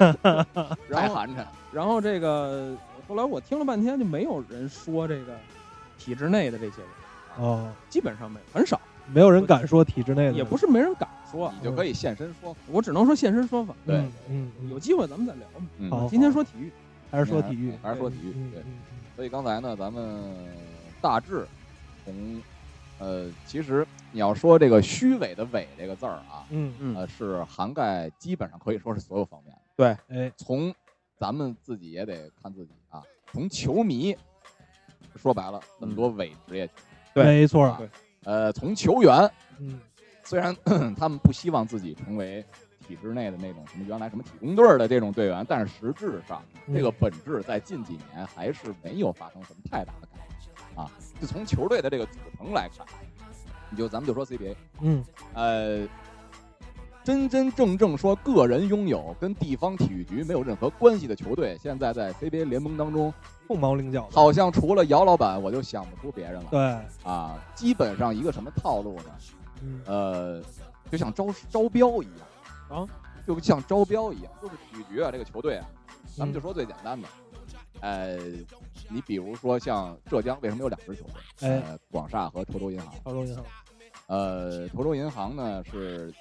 Speaker 4: 然
Speaker 3: 还
Speaker 4: 后
Speaker 3: 寒碜。
Speaker 4: 然后这个后来我听了半天，就没有人说这个体制内的这些人，
Speaker 2: 哦，
Speaker 4: 基本上没很少，
Speaker 2: 没有人敢说体制内的，
Speaker 4: 也不是没人敢说，
Speaker 3: 你就可以现身说法。
Speaker 4: 我只能说现身说法。
Speaker 3: 对
Speaker 2: 嗯，嗯，嗯
Speaker 4: 有机会咱们再聊嘛。
Speaker 3: 嗯
Speaker 2: 好
Speaker 4: 今天说体育，
Speaker 2: 还是说体育，
Speaker 3: 还是说体育。
Speaker 2: 嗯
Speaker 3: 对，
Speaker 2: 嗯
Speaker 3: 所以刚才呢，咱们大致从呃，其实你要说这个虚伪的伪这个字儿啊，
Speaker 2: 嗯，
Speaker 4: 嗯
Speaker 3: 呃，是涵盖基本上可以说是所有方面
Speaker 2: 嗯
Speaker 3: 的。
Speaker 2: 哎，
Speaker 3: 从咱们自己也得看自己啊，从球迷说白了那
Speaker 2: 嗯
Speaker 3: 么多伪职业，
Speaker 4: 对
Speaker 2: 没错儿，
Speaker 3: 对呃，从球员
Speaker 2: 嗯
Speaker 3: 虽然 *clears throat* 他们不希望自己成为体制内的那种什么原来什么体工队儿的这种队员，但是实质上
Speaker 2: 嗯
Speaker 3: 这个本质在近几年还是没有发生什么太大的改变啊。就从球队的这个组成来看，你就咱们就说 CBA，
Speaker 2: 嗯
Speaker 3: 呃，真真正正说个人拥有跟地方体育局没有任何关系的球队，现在在 CBA 联盟当中，
Speaker 2: 凤毛麟角的，
Speaker 3: 好像除了姚老板，我就想不出别人了
Speaker 2: 对，
Speaker 3: 啊。基本上一个什么套路呢？
Speaker 2: 嗯
Speaker 3: 呃，就像招招标一样
Speaker 4: 啊，
Speaker 3: 就像招标一样，就是体育局啊，这个球队啊，咱们就
Speaker 2: 嗯
Speaker 3: 说最简单的，呃，你比如说像浙江为什么有两支球队？
Speaker 2: 哎
Speaker 3: 呃，广厦和滁州银行。
Speaker 2: 澳洲银行，
Speaker 3: 呃，滁州银行呢是，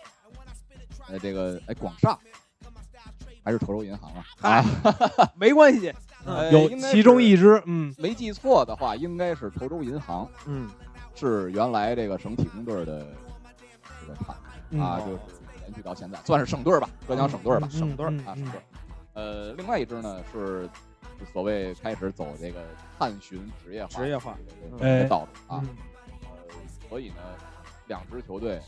Speaker 3: 呃，这个哎广厦还是滁州银行啊？啊，
Speaker 4: 没关系，哎
Speaker 3: 呃
Speaker 2: 嗯有
Speaker 3: 应该
Speaker 2: 其中
Speaker 3: 是
Speaker 2: 一支，嗯
Speaker 3: 没记错的话，应该是滁州银行
Speaker 4: 嗯，
Speaker 3: 是原来这个省体工队的这个产啊，
Speaker 2: 嗯
Speaker 3: 就是延续到现在，算是省队儿吧，浙江省队儿吧，
Speaker 2: 嗯省队儿
Speaker 3: 啊，
Speaker 2: 嗯
Speaker 3: 省队儿。呃，另外一支呢是所谓开始走这个探寻职业化
Speaker 4: 职业化
Speaker 3: 这个
Speaker 4: 嗯
Speaker 3: 这个道路啊，
Speaker 2: 嗯
Speaker 3: 呃所以呢，两支球队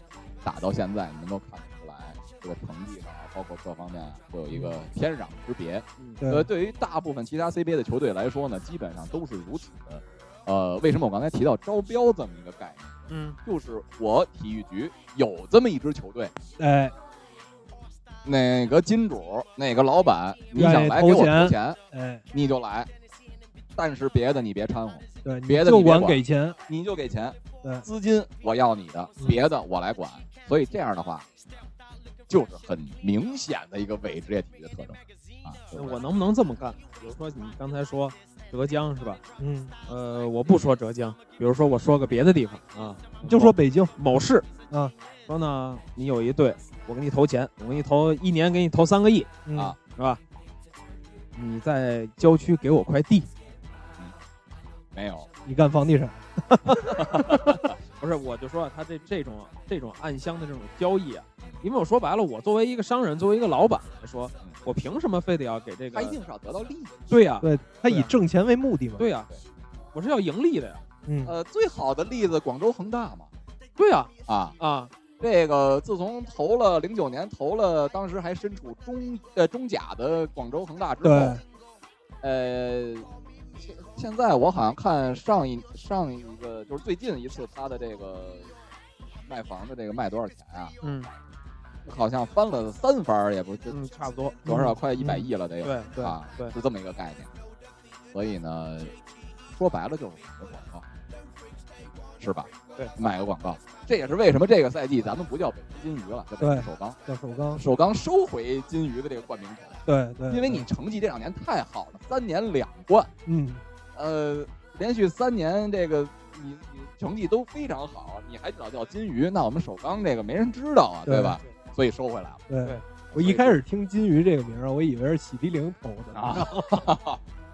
Speaker 3: 打到现在，你们都看得出来，这个成绩上啊，包括各方面啊会有一个天壤之别。
Speaker 2: 对，
Speaker 3: 呃，对于大部分其他 CBA 的球队来说呢，基本上都是如此的。呃，为什么我刚才提到招标这么一个概念？
Speaker 4: 嗯，
Speaker 3: 就是我体育局有这么一支球队，
Speaker 2: 哎，
Speaker 3: 哪个金主、哪个老板，你想
Speaker 2: 愿
Speaker 3: 来给
Speaker 2: 意
Speaker 3: 我
Speaker 2: 投钱
Speaker 3: 投钱，
Speaker 2: 哎，
Speaker 3: 你就来。但是别的你别掺和，
Speaker 2: 对，你
Speaker 3: 别的
Speaker 2: 就
Speaker 3: 你别
Speaker 2: 管
Speaker 3: 管
Speaker 2: 给钱，
Speaker 3: 你就给钱
Speaker 2: 对，
Speaker 3: 资金我要你的，
Speaker 2: 嗯
Speaker 3: 别的我来管。所以这样的话，就是很明显的一个伪职业体育的特征啊。对不对
Speaker 4: 嗯我能不能这么干？比如说你刚才说浙江是吧？
Speaker 2: 嗯，
Speaker 4: 呃，我不说浙江，比如说我说个别的地方啊，
Speaker 2: 你就说北京，
Speaker 4: 某市
Speaker 2: 啊，
Speaker 4: 说呢，你有一队，我给你投钱，我给你投一年，给你投三个亿，
Speaker 2: 嗯
Speaker 3: 啊
Speaker 4: 是吧？你在郊区给我块地，
Speaker 3: 没有，
Speaker 2: 你干房地产，
Speaker 4: 不是，我就说啊他这这种这种暗箱的这种交易啊，因为我说白了，我作为一个商人，作为一个老板来说
Speaker 3: 嗯，
Speaker 4: 我凭什么非得要给这
Speaker 3: 他
Speaker 4: 个
Speaker 3: 一？定是要得到利益。
Speaker 4: 对呀、
Speaker 2: 对他
Speaker 4: 对
Speaker 2: 以
Speaker 4: 啊
Speaker 2: 挣钱为目的嘛，
Speaker 4: 对呀、我是要盈利的呀，
Speaker 2: 嗯，
Speaker 3: 呃，最好的例子，广州恒大嘛，
Speaker 4: 对呀、
Speaker 3: 啊，
Speaker 4: 啊，
Speaker 3: 这个自从投了零九年投了，当时还身处中呃中甲的广州恒大之后
Speaker 2: 对，，
Speaker 3: 呃，现现在我好像看上一上一个就是最近一次他的这个卖房的这个卖多少钱啊？
Speaker 4: 嗯
Speaker 3: 好像翻了三番儿，也不是
Speaker 4: 嗯，差不多，
Speaker 3: 多少快一百亿了得有、
Speaker 4: 对对
Speaker 3: 啊，
Speaker 4: 对
Speaker 3: *laughs* 是这么一个概念。所以呢，说白了就是广告，是吧？
Speaker 2: 对，
Speaker 3: 买个广告。这也是为什么这个赛季咱们不叫北京金鱼了，叫北
Speaker 2: 对
Speaker 3: 京首钢。
Speaker 2: 叫首钢，
Speaker 3: 首钢收回金鱼的这个冠名权，
Speaker 2: 对嗯对，
Speaker 3: 因为你成绩这两年太好了，三年两冠，
Speaker 2: 对嗯，
Speaker 3: 呃，连续三年这个你你成绩都非常好，你还老叫金鱼，那我们首钢这个没人知道啊，
Speaker 2: 对
Speaker 3: 对吧？所以收回来了
Speaker 2: 对
Speaker 4: 对，我一开始听金鱼这个名儿，我以为是喜提灵投
Speaker 2: *laughs*
Speaker 4: 的，
Speaker 3: 啊，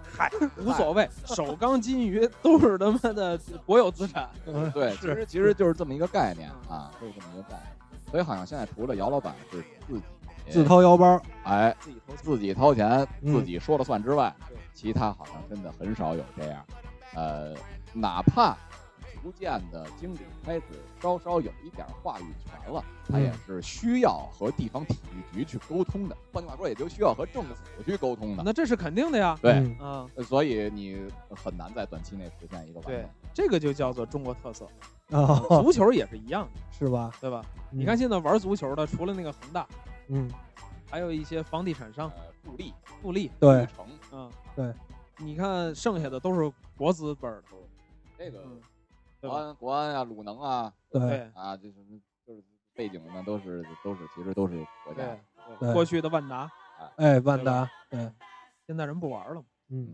Speaker 4: 嗨，无所谓，首钢金鱼都是他妈的国有资产。
Speaker 2: 嗯
Speaker 3: 对，其
Speaker 2: 是嗯
Speaker 3: 实其实就是这么一个概念啊，就是这么一个概念。所以好像现在除了姚老板是自己
Speaker 2: 自掏腰包，
Speaker 3: 哎自己掏自己掏钱
Speaker 2: 嗯
Speaker 3: 自己说了算之外
Speaker 4: 对，
Speaker 3: 其他好像真的很少有这样，呃，哪怕逐渐的经理开始稍稍有一点话语权了，他
Speaker 2: 嗯
Speaker 3: 也是需要和地方体育局去沟通的。换句话说，也就需要和政府去沟通的。
Speaker 4: 那这是肯定的呀。
Speaker 3: 对，
Speaker 2: 嗯
Speaker 4: 啊，
Speaker 3: 呃所以你很难在短期内实现一个完
Speaker 4: 对
Speaker 3: 整。，
Speaker 4: 这个就叫做中国特色。
Speaker 3: *laughs*
Speaker 4: *laughs*
Speaker 2: 啊，
Speaker 4: 足球也是一样的，
Speaker 2: 是吧？
Speaker 4: 对吧？
Speaker 2: 你
Speaker 4: 你
Speaker 3: 嗯
Speaker 4: 看，现在玩足球的，除了那个恒大，
Speaker 2: 嗯，
Speaker 4: 还有一些房地产商
Speaker 3: 呃，助力、
Speaker 4: 富力，
Speaker 2: 对，
Speaker 3: 成
Speaker 4: 嗯，
Speaker 2: 对。
Speaker 4: 你看剩下的都是国资本儿的，
Speaker 3: 这个
Speaker 4: 嗯对
Speaker 3: 国
Speaker 4: 吧？
Speaker 3: 安、国安啊、鲁能啊
Speaker 2: 对
Speaker 4: 对
Speaker 3: 啊，就是就是背景呢，都是都是其实都是国家
Speaker 4: 对，
Speaker 2: 对
Speaker 4: 过去的万达，
Speaker 2: 哎，万达，对，
Speaker 4: 现在人不玩了嘛。
Speaker 2: 嗯，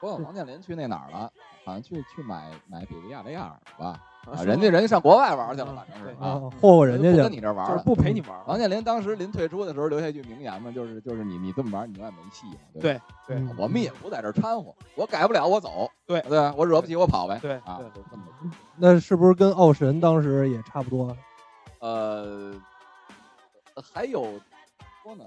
Speaker 3: 不过王健林去那哪儿了？好像去去买买比利亚雷亚尔了吧？啊，
Speaker 4: 是
Speaker 3: 人
Speaker 4: 吧
Speaker 3: 家人家上国外玩去了，
Speaker 4: 嗯
Speaker 3: 反正是
Speaker 4: 对哦
Speaker 3: 啊，
Speaker 2: 啊，霍霍人家去
Speaker 3: 不跟
Speaker 2: 了，
Speaker 3: 你这玩
Speaker 4: 就是
Speaker 3: 了。
Speaker 4: 不陪你玩
Speaker 3: 王
Speaker 4: 了。
Speaker 3: 健林当时临退出的时候留下一句名言嘛，就是就是你你这么玩，你永远没戏嘛。对吧，啊
Speaker 4: 对对
Speaker 2: 嗯
Speaker 3: 我们也不在这儿掺和，我改不了，我走。
Speaker 4: 对
Speaker 3: 对啊吧，我惹不起，我跑呗。
Speaker 4: 对
Speaker 3: 啊
Speaker 4: 对，
Speaker 3: 就这么个
Speaker 2: 那是不是跟奥神当时也差不多？
Speaker 3: 呃，还有说呢，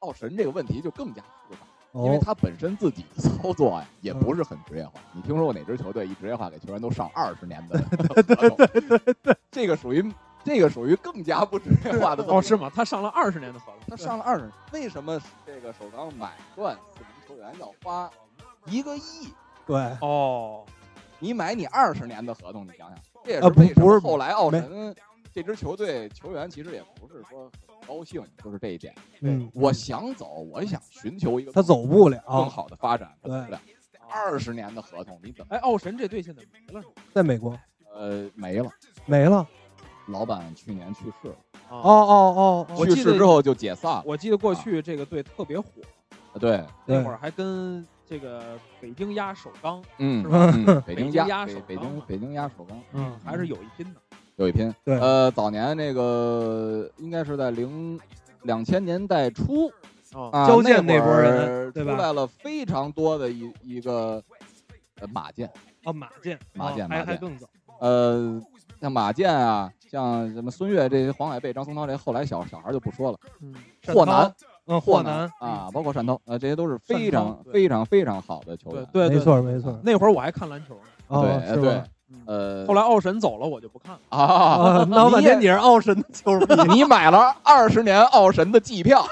Speaker 3: 奥神这个问题就更加复杂。因为
Speaker 2: 哦，嗯
Speaker 3: 他本身自己的操作呀，也不是很职业化。你听说过哪支球队一职业化给球员都上二十
Speaker 2: *laughs*
Speaker 3: 年的合同？这个属于这个属于更加不职业化的
Speaker 4: 哦，是吗？他上了二十年的合同，
Speaker 3: 他上了二十，为什么这个首钢买断四名球员要花一个亿？
Speaker 2: 对，
Speaker 4: 哦，
Speaker 3: 你买你二十年的合同，你想想，这也
Speaker 2: 啊
Speaker 3: 是
Speaker 2: 不
Speaker 3: 为什
Speaker 2: 不
Speaker 3: 么
Speaker 2: 是
Speaker 3: 后来奥神这支球队球员其实也不是说很高兴，就是这一点。
Speaker 2: 嗯，
Speaker 3: 我想走，我想寻求一个
Speaker 2: 他走不
Speaker 3: 更
Speaker 2: 了，
Speaker 3: 好的发展，
Speaker 2: 对
Speaker 3: 不了。二十年的合同，你怎么？
Speaker 4: 哎，奥神这队现在没了是吧？
Speaker 2: 在美国
Speaker 3: 呃，没了，
Speaker 2: 没
Speaker 3: 啊
Speaker 2: 了。
Speaker 3: 老板去年去世了，
Speaker 2: 哦哦哦，
Speaker 4: 我
Speaker 2: 哦，
Speaker 3: 去
Speaker 4: 记得
Speaker 3: 世之后就解散了。
Speaker 4: 我记得过去这个队特别火，
Speaker 3: 呃对，
Speaker 4: 那
Speaker 2: 对
Speaker 4: 会儿还跟这个北京鸭首钢
Speaker 3: 嗯
Speaker 4: 是吧
Speaker 3: 嗯，北
Speaker 4: 北
Speaker 3: 京
Speaker 4: 京
Speaker 3: 鸭，
Speaker 4: 鸭
Speaker 3: 北
Speaker 4: 首
Speaker 3: 北
Speaker 4: 钢
Speaker 3: 京
Speaker 4: 嘛
Speaker 3: 北京鸭首钢，
Speaker 2: 嗯
Speaker 4: 还是有一拼的。
Speaker 3: 有一拼。
Speaker 2: 对
Speaker 3: 呃，早年那个应该是在零两千年代初
Speaker 4: 哦，
Speaker 3: 啊，
Speaker 2: 交建
Speaker 3: 那
Speaker 2: 那
Speaker 3: 会
Speaker 2: 波人
Speaker 3: 儿
Speaker 2: 对吧
Speaker 3: 出来了非常多的一一个呃马健，
Speaker 2: 啊，马健，
Speaker 3: 马健
Speaker 2: 哦
Speaker 3: 马
Speaker 2: 还还
Speaker 3: 健
Speaker 2: 更早，
Speaker 3: 呃，像马健啊，像什么孙悦这些，黄海贝、张松涛这些后来小小孩就不说了，
Speaker 4: 嗯，
Speaker 2: 单
Speaker 3: 霍
Speaker 2: 涛
Speaker 3: 南。
Speaker 2: 嗯，
Speaker 3: 霍
Speaker 2: 霍南，
Speaker 3: 啊，包括汕头，呃，这些都是非
Speaker 4: 汕头
Speaker 3: 常
Speaker 4: 对
Speaker 3: 非常非常好的球
Speaker 4: 对
Speaker 3: 员。
Speaker 4: 对，
Speaker 2: 没
Speaker 4: 对，
Speaker 2: 错没错，
Speaker 4: 那会儿我还看篮球呢，
Speaker 2: 哦，
Speaker 3: 对
Speaker 2: 是吧？
Speaker 4: 嗯，
Speaker 3: 呃，
Speaker 4: 后来奥神走了，我就不看了。
Speaker 3: 啊，
Speaker 2: *laughs* 啊，闹半天你是奥神的球迷，
Speaker 3: 你买了二十年奥神的季
Speaker 2: *laughs*
Speaker 3: 票，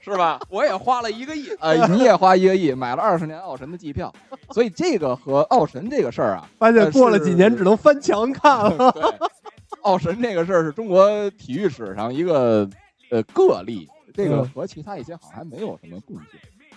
Speaker 3: 是吧？
Speaker 4: 我也花了一个亿，
Speaker 3: 呃，你也花一个亿买了二十年奥神的季票，所以这个和奥神这个事儿
Speaker 2: *laughs*
Speaker 3: 啊，
Speaker 2: 发现
Speaker 3: 呃
Speaker 2: 过了
Speaker 3: 是
Speaker 2: 几年只能翻墙看了。
Speaker 3: 对，奥神这个事儿是中国体育史上一个呃个例，这个
Speaker 2: 嗯
Speaker 3: 和其他一些好像还没有什么共性，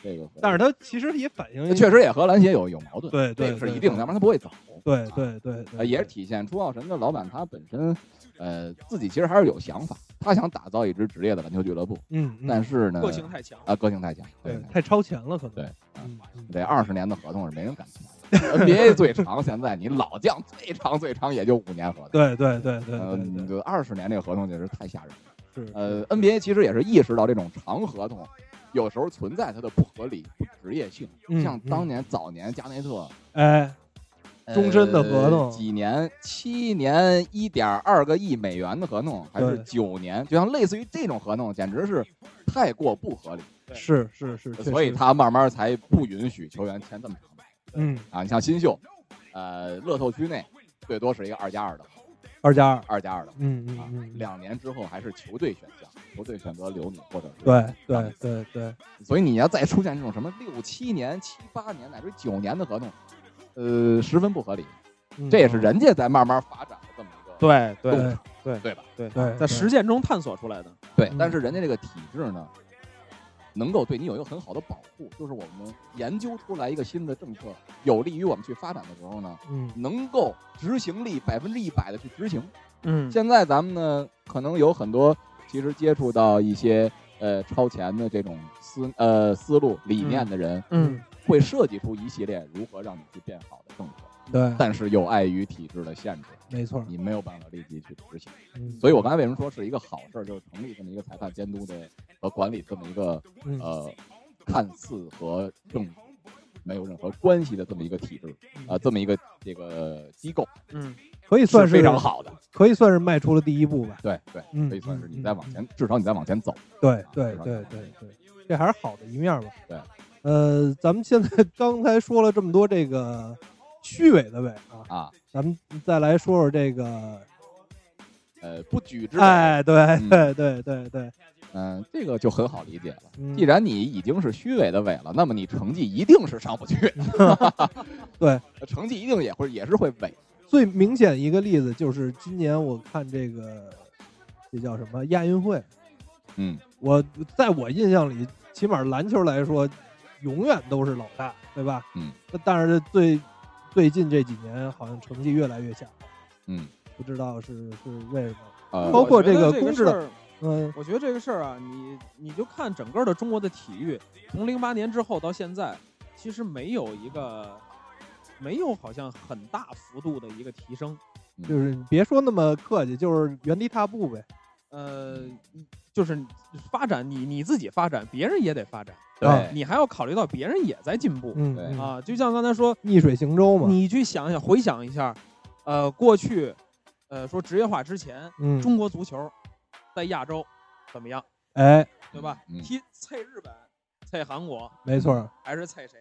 Speaker 3: 这个和
Speaker 2: *laughs* 但是他其实也反映，
Speaker 3: 确实也和篮协有有矛盾，
Speaker 2: 对
Speaker 3: 这
Speaker 2: 对
Speaker 3: 个是
Speaker 2: 对
Speaker 3: 一定的，要不然他不会走。
Speaker 2: 对
Speaker 3: 啊
Speaker 2: 对对，
Speaker 3: 呃，
Speaker 2: 对
Speaker 3: 也是体现出奥神的老板他本身，呃，自己其实还是有想法，他想打造一支职业的篮球俱乐部，
Speaker 2: 嗯，嗯
Speaker 3: 但是呢，
Speaker 4: 个性太强。
Speaker 3: 啊，个性太强，
Speaker 2: 对
Speaker 3: 太强
Speaker 2: 太超前了，可能
Speaker 3: 对啊
Speaker 2: 嗯嗯
Speaker 3: 这二十年的合同是没人敢签的
Speaker 2: *laughs*
Speaker 3: ，NBA 最长现在你老将最长最长也就五年合同，
Speaker 2: 对对对对
Speaker 3: 呃，
Speaker 2: 对
Speaker 3: 你
Speaker 2: 对，
Speaker 3: 就二十年这个合同简直太吓人了。
Speaker 2: 是
Speaker 3: 呃，NBA 其实也是意识到这种长合同有时候存在它的不合理、不职业性，
Speaker 2: 嗯
Speaker 3: 像
Speaker 2: 嗯
Speaker 3: 当年早年加内特。
Speaker 2: 哎，终身的合同
Speaker 3: 呃几年？七年一点二个亿美元的合同，还是
Speaker 2: 对
Speaker 3: 九年？就像类似于这种合同，简直是太过不合理，
Speaker 2: 是是是，确
Speaker 3: 呃所以
Speaker 2: 实
Speaker 3: 他慢慢才不允许球员签这么长的
Speaker 2: 嗯，
Speaker 3: 啊。你像新秀，呃，乐透区内最多是一个二加二的，
Speaker 2: 二加二，
Speaker 3: 二加二的
Speaker 2: 嗯嗯
Speaker 3: 啊
Speaker 2: 嗯，，
Speaker 3: 两年之后还是球队选项，球队选择留你或者是
Speaker 2: 对对对对，
Speaker 3: 所以你要再出现这种什么六七年、七八年乃至九年的合同，呃，十分不合理。
Speaker 2: 嗯
Speaker 3: 这也是人家在慢慢发展的这么一个
Speaker 4: 对对
Speaker 3: 动场，
Speaker 4: 对
Speaker 3: 对吧？
Speaker 4: 对
Speaker 2: 对
Speaker 4: 在
Speaker 2: 对
Speaker 4: 实践中探索出来的。
Speaker 3: 对
Speaker 2: 嗯，
Speaker 3: 但是人家这个体制呢，能够对你有一个很好的保护，就是我们研究出来一个新的政策，有利于我们去发展的时候呢，
Speaker 4: 嗯
Speaker 3: 能够执行力百分之一百的去执行。
Speaker 4: 嗯
Speaker 3: 现在咱们呢，可能有很多其实接触到一些呃超前的这种思呃思路理念的人，
Speaker 4: 嗯，
Speaker 3: 会设计出一系列如何让你去变好的政策，
Speaker 2: 对，
Speaker 3: 但是又碍于体制的限制，
Speaker 2: 没错，
Speaker 3: 你没有办法立即去执行。
Speaker 2: 嗯
Speaker 3: 所以我刚才为什么说是一个好事儿，就是成立这么一个裁判监督的和管理这么一个
Speaker 2: 嗯
Speaker 3: 呃，看似和政府没有任何关系的这么一个体制啊、呃这么一个这个机构
Speaker 4: 嗯
Speaker 2: 可以算是
Speaker 3: 非常，好的。
Speaker 2: 可以算是迈出了第一步吧。
Speaker 3: 对对，
Speaker 2: 嗯
Speaker 3: 可以算是
Speaker 2: 嗯
Speaker 3: 你在往前，至少你在往前走。
Speaker 2: 对对
Speaker 3: 非常
Speaker 2: 对
Speaker 3: 好
Speaker 2: 对对，这还是好的一面吧。
Speaker 3: 啊对，
Speaker 2: 呃，咱们现在 *laughs* 刚才说了这么多这个虚伪的伪啊，
Speaker 3: 啊，
Speaker 2: 咱们再来说说这个，
Speaker 3: 呃，不举之。，
Speaker 2: 哎，对
Speaker 3: 嗯
Speaker 2: 对对对对，
Speaker 3: 嗯、这个就很好理解了。
Speaker 2: 嗯
Speaker 3: 既然你已经是虚伪的伪了，那么你成绩一定是上不去。
Speaker 2: *laughs*
Speaker 3: 呃
Speaker 2: 对，
Speaker 3: 成绩一定也会也是会伪。
Speaker 2: 最明显一个例子就是今年我看这个，这叫什么亚运会，
Speaker 3: 嗯，
Speaker 2: 我在我印象里，起码篮球来说，永远都是老大，对吧？
Speaker 3: 嗯。
Speaker 2: 那但是最最近这几年，好像成绩越来越下滑。
Speaker 3: 嗯，
Speaker 2: 不知道是是为什么。
Speaker 3: 呃，
Speaker 2: 包括这个
Speaker 4: 个
Speaker 2: 公知
Speaker 4: 事
Speaker 2: 的
Speaker 4: 儿，
Speaker 2: 嗯
Speaker 4: 我觉得这个事儿啊，你你就看整个的中国的体育，从零八年之后到现在，其实没有一个没有好像很大幅度的一个提升。
Speaker 2: 就是你别说那么客气，就是原地踏步呗。
Speaker 4: 呃，就是发展你你自己发展，别人也得发展，
Speaker 2: 啊
Speaker 3: 对，
Speaker 4: 你还要考虑到别人也在进步、
Speaker 2: 嗯
Speaker 3: 对
Speaker 2: 嗯
Speaker 4: 啊。就像刚才说，
Speaker 2: 逆水行舟嘛。
Speaker 4: 你去想想，回想一下，呃，过去，呃，说职业化之前，
Speaker 2: 嗯，
Speaker 4: 中国足球在亚洲怎么样，
Speaker 2: 哎，
Speaker 4: 对吧？
Speaker 3: 嗯
Speaker 4: 踢菜日本、菜韩国
Speaker 2: 没错儿。
Speaker 4: 还是菜谁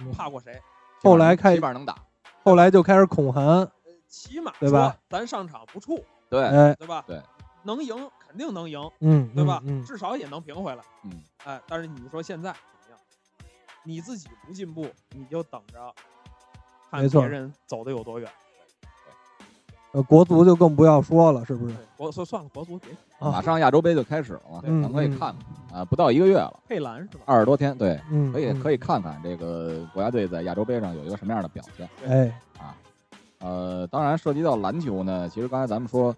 Speaker 2: 嗯，
Speaker 4: 怕过谁？
Speaker 2: 后来开
Speaker 3: 基本上能打。
Speaker 2: 后来就开始恐韩，
Speaker 4: 起码
Speaker 2: 对吧
Speaker 4: 说咱上场不怵，
Speaker 3: 对，
Speaker 2: 哎，
Speaker 4: 对吧？
Speaker 3: 对，
Speaker 4: 能赢肯定能赢，
Speaker 2: 嗯，
Speaker 4: 对吧？
Speaker 2: 嗯，嗯
Speaker 4: 至少也能平回来。
Speaker 3: 嗯，
Speaker 4: 哎，但是你说现在怎么样？你自己不进步，你就等着看
Speaker 2: 没错
Speaker 4: 别人走的有多远。
Speaker 2: 呃，国足就更不要说了，是不是？
Speaker 4: 对国算算了，国足别
Speaker 2: 啊
Speaker 3: 马上亚洲杯就开始了嘛，
Speaker 2: 嗯
Speaker 3: 咱们可以
Speaker 2: 嗯
Speaker 3: 看看啊、不到一个月了，
Speaker 4: 佩兰是吧？
Speaker 2: 啊
Speaker 3: 二十多天，对，
Speaker 2: 嗯，
Speaker 3: 可以
Speaker 2: 嗯
Speaker 3: 可以，看看这个国家队在亚洲杯上有一个什么样的表现。
Speaker 2: 哎，
Speaker 3: 呃，当然涉及到篮球呢，其实刚才咱们说，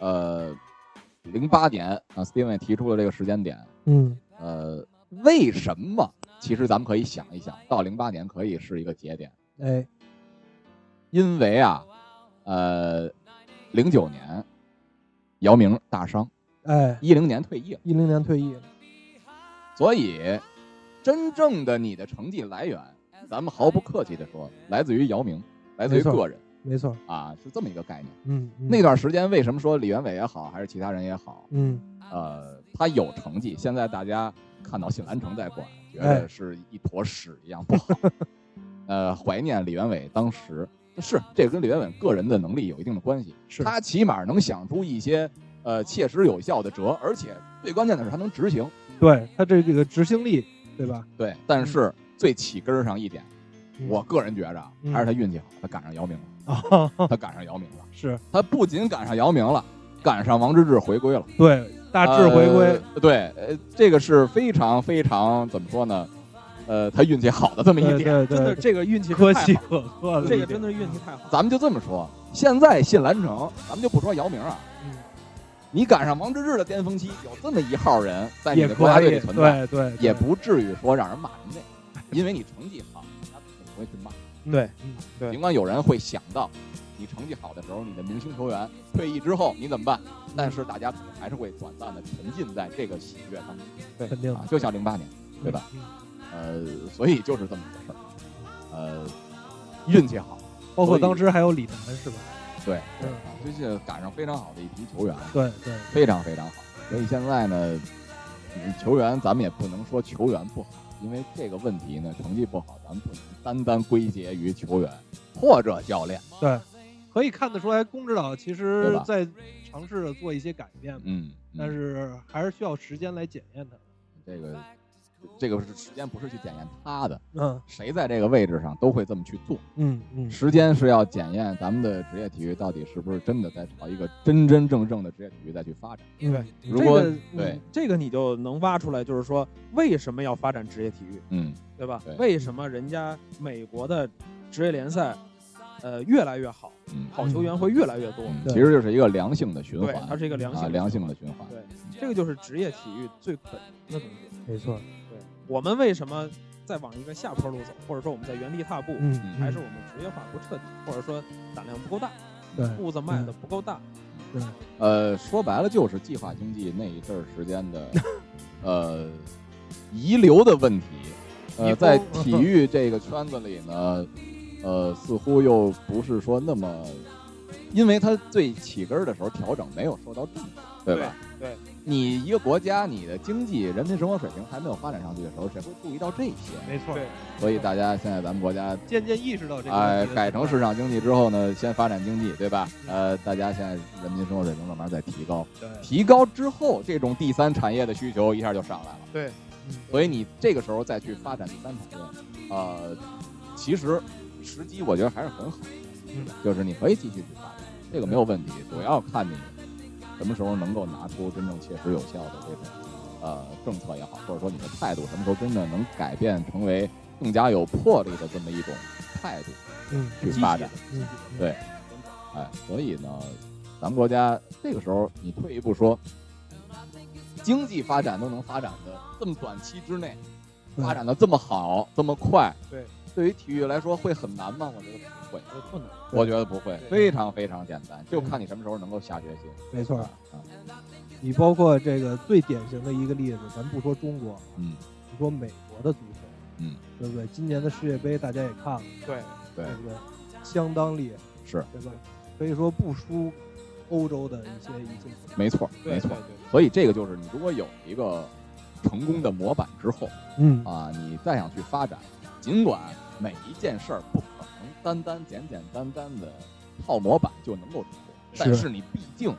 Speaker 3: 呃，零八年啊，Steven 也提出了这个时间点，
Speaker 2: 嗯，
Speaker 3: 呃，为什么？其实咱们可以想一想，到零八年可以是一个节点，
Speaker 2: 哎，
Speaker 3: 因为啊，呃，零九年姚明大伤，
Speaker 2: 哎，
Speaker 3: 一零年退役了，
Speaker 2: 一零年退役了，
Speaker 3: 所以真正的你的成绩来源，咱们毫不客气的说，来自于姚明，来自于
Speaker 2: 没错
Speaker 3: 个人
Speaker 2: 没错儿。
Speaker 3: 啊，是这么一个概念。
Speaker 2: 嗯，嗯
Speaker 3: 那段时间为什么说李元伟也好，还是其他人也好，
Speaker 2: 嗯，
Speaker 3: 呃，他有成绩。现在大家看到信安城在管，觉
Speaker 2: 哎
Speaker 3: 得是一坨屎一样不好。
Speaker 2: *laughs*
Speaker 3: 呃，怀念李元伟当时是这跟李元伟个人的能力有一定的关系，
Speaker 2: 是
Speaker 3: 他起码能想出一些呃切实有效的辙，而且最关键的是他能执行。
Speaker 2: 对他这这个执行力，对吧？ *laughs*
Speaker 3: 对，但是最起根儿上一点，
Speaker 2: 嗯
Speaker 3: 我个人觉着啊
Speaker 2: 嗯
Speaker 3: 还是他运气好，他赶上姚明了，
Speaker 2: 啊，
Speaker 3: 他赶上姚明了，
Speaker 2: 是
Speaker 3: 他不仅赶上姚明了，赶上王治郅回归了。
Speaker 2: 对大致回归，
Speaker 3: 呃对，呃，这个是非常非常怎么说呢？呃，他运气好的这么一
Speaker 2: 对
Speaker 3: 点。
Speaker 2: 对
Speaker 4: 真的
Speaker 2: 对，
Speaker 4: 这个运气
Speaker 2: 可
Speaker 4: 太
Speaker 2: 喜
Speaker 4: 好
Speaker 2: 可贺
Speaker 4: 了，
Speaker 2: 了，
Speaker 4: 这个真的是运气太好了。
Speaker 3: 咱们就这么说，现在信兰城，咱们就不说姚明啊，
Speaker 2: 嗯
Speaker 3: 你赶上王治郅的巅峰期，有这么一号人在你
Speaker 2: 也
Speaker 3: 的国家
Speaker 2: 可
Speaker 3: 队里
Speaker 2: 以，
Speaker 3: 存在，
Speaker 2: 对对，
Speaker 3: 也不至于说让人骂人家，因为你成绩好，他不会去骂。
Speaker 2: 对，
Speaker 4: 对
Speaker 3: 尽管有人会想到，你成绩好的时候，你的明星球员退役之后你怎么办？但是大家可能还是会短暂的沉浸在这个喜悦当中
Speaker 2: 嗯肯定
Speaker 3: 啊，就像零八年，对吧？？
Speaker 2: 嗯
Speaker 3: 呃，所以就是这么个事儿，呃，运气好，
Speaker 2: 包括
Speaker 3: 所以
Speaker 2: 当时还有李楠是吧？
Speaker 3: 对，
Speaker 2: 嗯
Speaker 3: 啊最近赶上非常好的一批球员，
Speaker 2: 对对，
Speaker 3: 非常非常好。所以现在呢，嗯球员咱们也不能说球员不好，因为这个问题呢，成绩不好，咱们不能单单归结于球员或者教练。
Speaker 2: 可以看得出来，龚指导其实
Speaker 3: 对吧
Speaker 2: 在尝试着做一些改变嘛，
Speaker 3: 嗯，嗯
Speaker 2: 但是还是需要时间来检验它。
Speaker 3: 这个这个是时间不是去检验他的，
Speaker 2: 嗯
Speaker 3: 谁在这个位置上都会这么去做。
Speaker 2: 嗯嗯，
Speaker 3: 时间是要检验咱们的职业体育到底是不是真的在朝一个真真正正的职业体育再去发展。
Speaker 2: 明白。
Speaker 3: 如果
Speaker 4: 这个、嗯
Speaker 3: 对
Speaker 4: 这个你就能挖出来，就是说为什么要发展职业体育，
Speaker 3: 嗯，
Speaker 4: 对吧？
Speaker 3: 对
Speaker 4: 为什么人家美国的职业联赛，呃，越来越好，
Speaker 3: 嗯
Speaker 4: 好球员会越来越多，
Speaker 3: 嗯，
Speaker 2: 对
Speaker 3: 其实就是一个良性的循
Speaker 4: 对，它
Speaker 3: 环
Speaker 4: 是一个良性
Speaker 3: 啊，
Speaker 4: 的
Speaker 3: 良性的循环。
Speaker 4: 对，这个就是职业体育最本质的东西。
Speaker 2: 没错，
Speaker 4: 对，我们为什么在往一个下坡路走，或者说我们在原地踏步，
Speaker 2: 嗯，
Speaker 4: 还是我们职业化不彻底，或者说胆量不够大，
Speaker 2: 对嗯
Speaker 4: 步子迈的不够大，
Speaker 2: 对，
Speaker 3: 呃，说白了就是计划经济那一阵儿时间
Speaker 4: *laughs*
Speaker 3: 的，呃，遗留的问题。
Speaker 4: 遗
Speaker 3: 呃，
Speaker 4: 风 *laughs*
Speaker 3: 在体育这个圈子里呢，呃，似乎又不是说那么，因为它最起根儿的时候调整没有受到重视，对吧？
Speaker 4: 对对
Speaker 3: 你一个国家，你的经济、人民生活水平还没有发展上去的时候，谁会注意到这些？
Speaker 2: 没错
Speaker 4: 对
Speaker 3: 所以大家现在咱们国家
Speaker 2: 渐渐意识到这个
Speaker 3: 哎
Speaker 2: 问，题
Speaker 3: 改成市
Speaker 2: 了
Speaker 3: 场经济之后呢，先发展经济，对吧？呃，大家现在人民生活水平慢慢在提高，
Speaker 2: 对
Speaker 3: 提高之后，这种第三产业的需求一下就上来了。
Speaker 4: 对
Speaker 2: 嗯
Speaker 3: 所以你这个时候再去发展第三产业，呃，其实时机我觉得还是很好的，
Speaker 2: 嗯
Speaker 3: 就是你可以继续去发展，这个没有问题，主要看你什么时候能够拿出真正切实有效的这种呃政策也好，或者说你的态度什么时候真的能改变成为更加有魄力的这么一种态度。
Speaker 2: 嗯
Speaker 3: 去发展。
Speaker 2: 嗯
Speaker 3: 对哎，所以呢，咱们国家这个时候你退一步说，经济发展都能发展的这么短期之内，
Speaker 2: 对
Speaker 3: 发展的这么好，这么快，
Speaker 4: 对，
Speaker 3: 对于体育来说会很难吗？我觉得不会，
Speaker 4: 有困难。
Speaker 3: 我觉得不会，
Speaker 4: 对
Speaker 3: 非常非常简单，就看你什么时候能够下决心。
Speaker 2: 没错
Speaker 3: 啊，
Speaker 2: 你包括这个最典型的一个例子，咱不说中国，啊
Speaker 3: 嗯，
Speaker 2: 你说美国的足球，
Speaker 3: 嗯，
Speaker 2: 对不对？今年的世界杯大家也看了，
Speaker 4: 对，
Speaker 3: 对
Speaker 2: 不对？相当厉害，
Speaker 3: 是
Speaker 2: 对吧？可以说不输欧洲的一些一些球队。
Speaker 3: 没错，没错
Speaker 4: 对。
Speaker 3: 所以这个就是你如果有一个成功的模板之后
Speaker 2: 嗯
Speaker 3: 啊，你再想去发展，尽管每一件事儿不可能单单简简单单的套模板就能够突破，
Speaker 2: 是
Speaker 3: 但是你毕竟，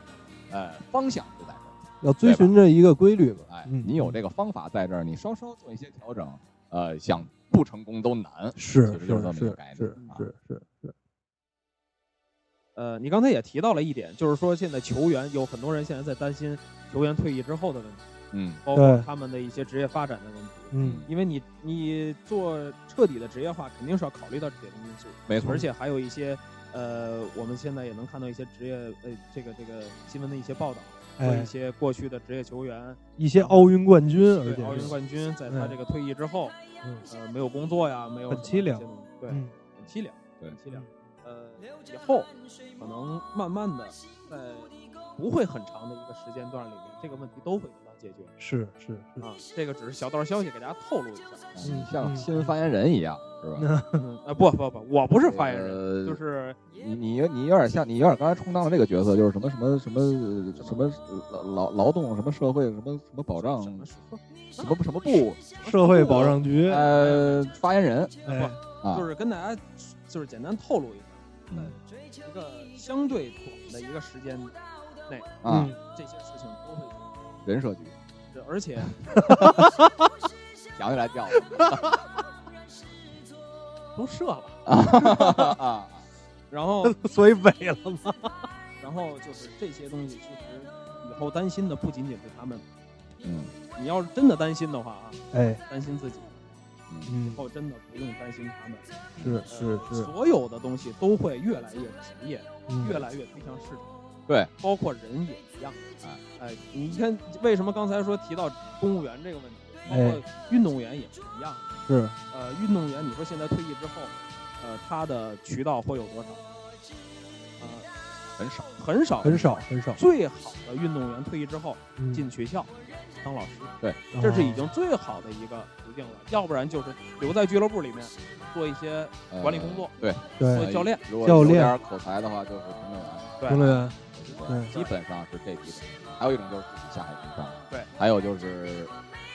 Speaker 3: 呃，方向就在这儿。
Speaker 2: 要遵循着一个规律吧。
Speaker 3: 哎，
Speaker 2: 嗯
Speaker 3: 你有这个方法在这儿，你稍稍做一些调整，呃，想不成功都难。
Speaker 2: 是
Speaker 3: 其
Speaker 2: 是
Speaker 3: 实就是这
Speaker 2: 是
Speaker 3: 么一个概念
Speaker 2: 是
Speaker 3: 啊
Speaker 2: 是是是，
Speaker 4: 呃，你刚才也提到了一点，就是说现在球员有很多人现在在担心球员退役之后的问题，
Speaker 3: 嗯，
Speaker 4: 包括
Speaker 2: 对
Speaker 4: 他们的一些职业发展的问题。
Speaker 2: 嗯
Speaker 4: 因为你你做彻底的职业化，肯定是要考虑到这些因素，
Speaker 3: 没错
Speaker 4: 而。且还有一些呃，我们现在也能看到一些职业呃这个这个新闻的一些报道，说
Speaker 2: 哎
Speaker 4: 一，些过去的职业球员，
Speaker 2: 一些奥运冠军，而且
Speaker 4: 对奥运
Speaker 2: 是
Speaker 4: 冠军，在他
Speaker 2: 嗯
Speaker 4: 这个退役之后，
Speaker 2: 嗯
Speaker 4: 呃，没有工作呀，没有
Speaker 2: 很
Speaker 4: 什么
Speaker 2: 凄凉
Speaker 4: 这种，对，
Speaker 2: 嗯
Speaker 4: 很凄凉，
Speaker 3: 对
Speaker 4: 很凄凉。呃，以后可能慢慢的，在不会很长的一个时间段里面，这个问题都会得到解决
Speaker 2: 是是
Speaker 4: 啊。这个只是小道消息，给大家透露一下。 *laughs*
Speaker 3: 你
Speaker 2: 嗯
Speaker 3: 像
Speaker 2: 嗯
Speaker 3: 新闻发言人一样，是吧？
Speaker 2: 是，
Speaker 4: 嗯，呃，不不不，我不是发言人，
Speaker 3: 呃
Speaker 4: 就是
Speaker 3: 你你你有点像，你有点刚才充当了这个角色，就是什么什么什么呃什么呃劳劳动什么社会什么什么保障
Speaker 4: 什么什么
Speaker 3: 什么什么部
Speaker 2: 社会保障局，
Speaker 3: 呃发言人
Speaker 2: 哎，
Speaker 3: 啊，
Speaker 4: 就是跟大家就是简单透露一下，
Speaker 3: 嗯
Speaker 4: 一个相对短的一个时间内，
Speaker 3: 啊，
Speaker 4: 这些事情都会解
Speaker 3: 人社局
Speaker 4: 决，而且
Speaker 3: 想起来叫
Speaker 4: 都设了。
Speaker 3: 了
Speaker 4: *laughs*
Speaker 3: 啊，
Speaker 2: *laughs*
Speaker 4: 然后
Speaker 2: 嗯，所以萎了嘛，
Speaker 4: 然后就是这些东西，其实以后担心的不仅仅是他们，
Speaker 3: 嗯
Speaker 4: 你要是真的担心的话啊，
Speaker 2: 哎，
Speaker 4: 担心自己，
Speaker 3: 嗯
Speaker 2: 嗯
Speaker 4: 以，后真的不用担心他们。
Speaker 2: 是
Speaker 4: 呃
Speaker 2: 是是，
Speaker 4: 所有的东西都会越来越职业，
Speaker 2: 嗯
Speaker 4: 越来越推向市场。
Speaker 3: 对，
Speaker 4: 包括人也一样。
Speaker 3: 哎
Speaker 4: 哎，你看，为什么刚才说提到公务员这个问题，包
Speaker 2: 哎
Speaker 4: 括运动员也是一样的。
Speaker 2: 是
Speaker 4: 呃，运动员，你说现在退役之后，呃，他的渠道会有多少？呃，
Speaker 3: 很少，
Speaker 4: 很少，
Speaker 2: 很少。很少，
Speaker 4: 最好的运动员退役之后
Speaker 2: 嗯
Speaker 4: 进学校当老师，
Speaker 2: 哦
Speaker 4: 这是已经最好的一个途径了。要不然就是留在俱乐部里面做一些
Speaker 3: 呃
Speaker 4: 管理工作，
Speaker 3: 对
Speaker 4: 做
Speaker 2: 对
Speaker 3: 呃
Speaker 4: 教练，
Speaker 3: 如果
Speaker 2: 教
Speaker 3: 有
Speaker 2: 练
Speaker 3: 点口才的话就是评论员。
Speaker 4: 对
Speaker 2: 评论员，对
Speaker 3: 基本上是这几种，还有一种就是自己下海经商，
Speaker 4: 对，
Speaker 3: 还有就是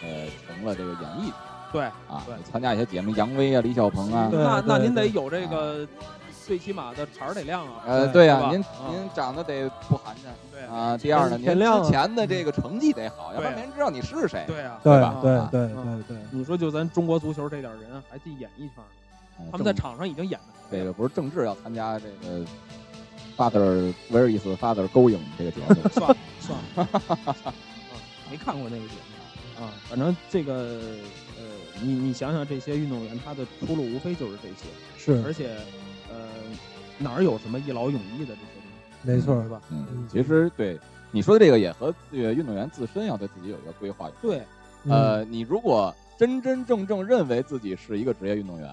Speaker 3: 呃成了这个演艺
Speaker 4: 对。
Speaker 3: 啊
Speaker 4: 对，
Speaker 3: 参加一些节目，杨威啊、李小鹏啊，
Speaker 2: 对
Speaker 4: 那那您得
Speaker 2: 对哎
Speaker 4: 有这个最起码的茬儿得亮啊。
Speaker 3: 呃，
Speaker 2: 对
Speaker 3: 对呀、
Speaker 4: 是吧
Speaker 3: 您
Speaker 4: 啊
Speaker 3: 您长得得不寒碜
Speaker 4: 对
Speaker 3: 啊。第二呢，您
Speaker 4: 天亮
Speaker 3: 之
Speaker 4: 了
Speaker 3: 前的这个成绩得好，要不然
Speaker 4: 对啊
Speaker 3: 没人知道你是谁。
Speaker 4: 对啊，
Speaker 2: 对
Speaker 3: 吧
Speaker 2: 对
Speaker 4: 啊
Speaker 2: 对
Speaker 4: 嗯
Speaker 2: 对对，
Speaker 4: 你说就咱中国足球这点人还去演艺圈呢，
Speaker 3: 嗯
Speaker 4: 他们在
Speaker 3: 政
Speaker 4: 场上已经演的
Speaker 3: 这个不是郑智要参加这个 Father Where is Father Going 这个节
Speaker 4: *laughs*
Speaker 3: 目
Speaker 4: 算了算
Speaker 3: *laughs*
Speaker 4: 了，嗯没看过那个节目啊。反正这个呃，你你想想这些运动员，他的出路无非就是这些，而
Speaker 2: 是
Speaker 4: 且呃，哪儿有什么一劳永逸的这些东西，
Speaker 2: 没错
Speaker 4: 对
Speaker 2: 儿，
Speaker 4: 吧？
Speaker 3: 嗯，其实对你说的这个也和这个运动员自身要对自己有一个规划有关。
Speaker 4: 对，
Speaker 2: 嗯，
Speaker 3: 呃，你如果真真正正认为自己是一个职业运动员，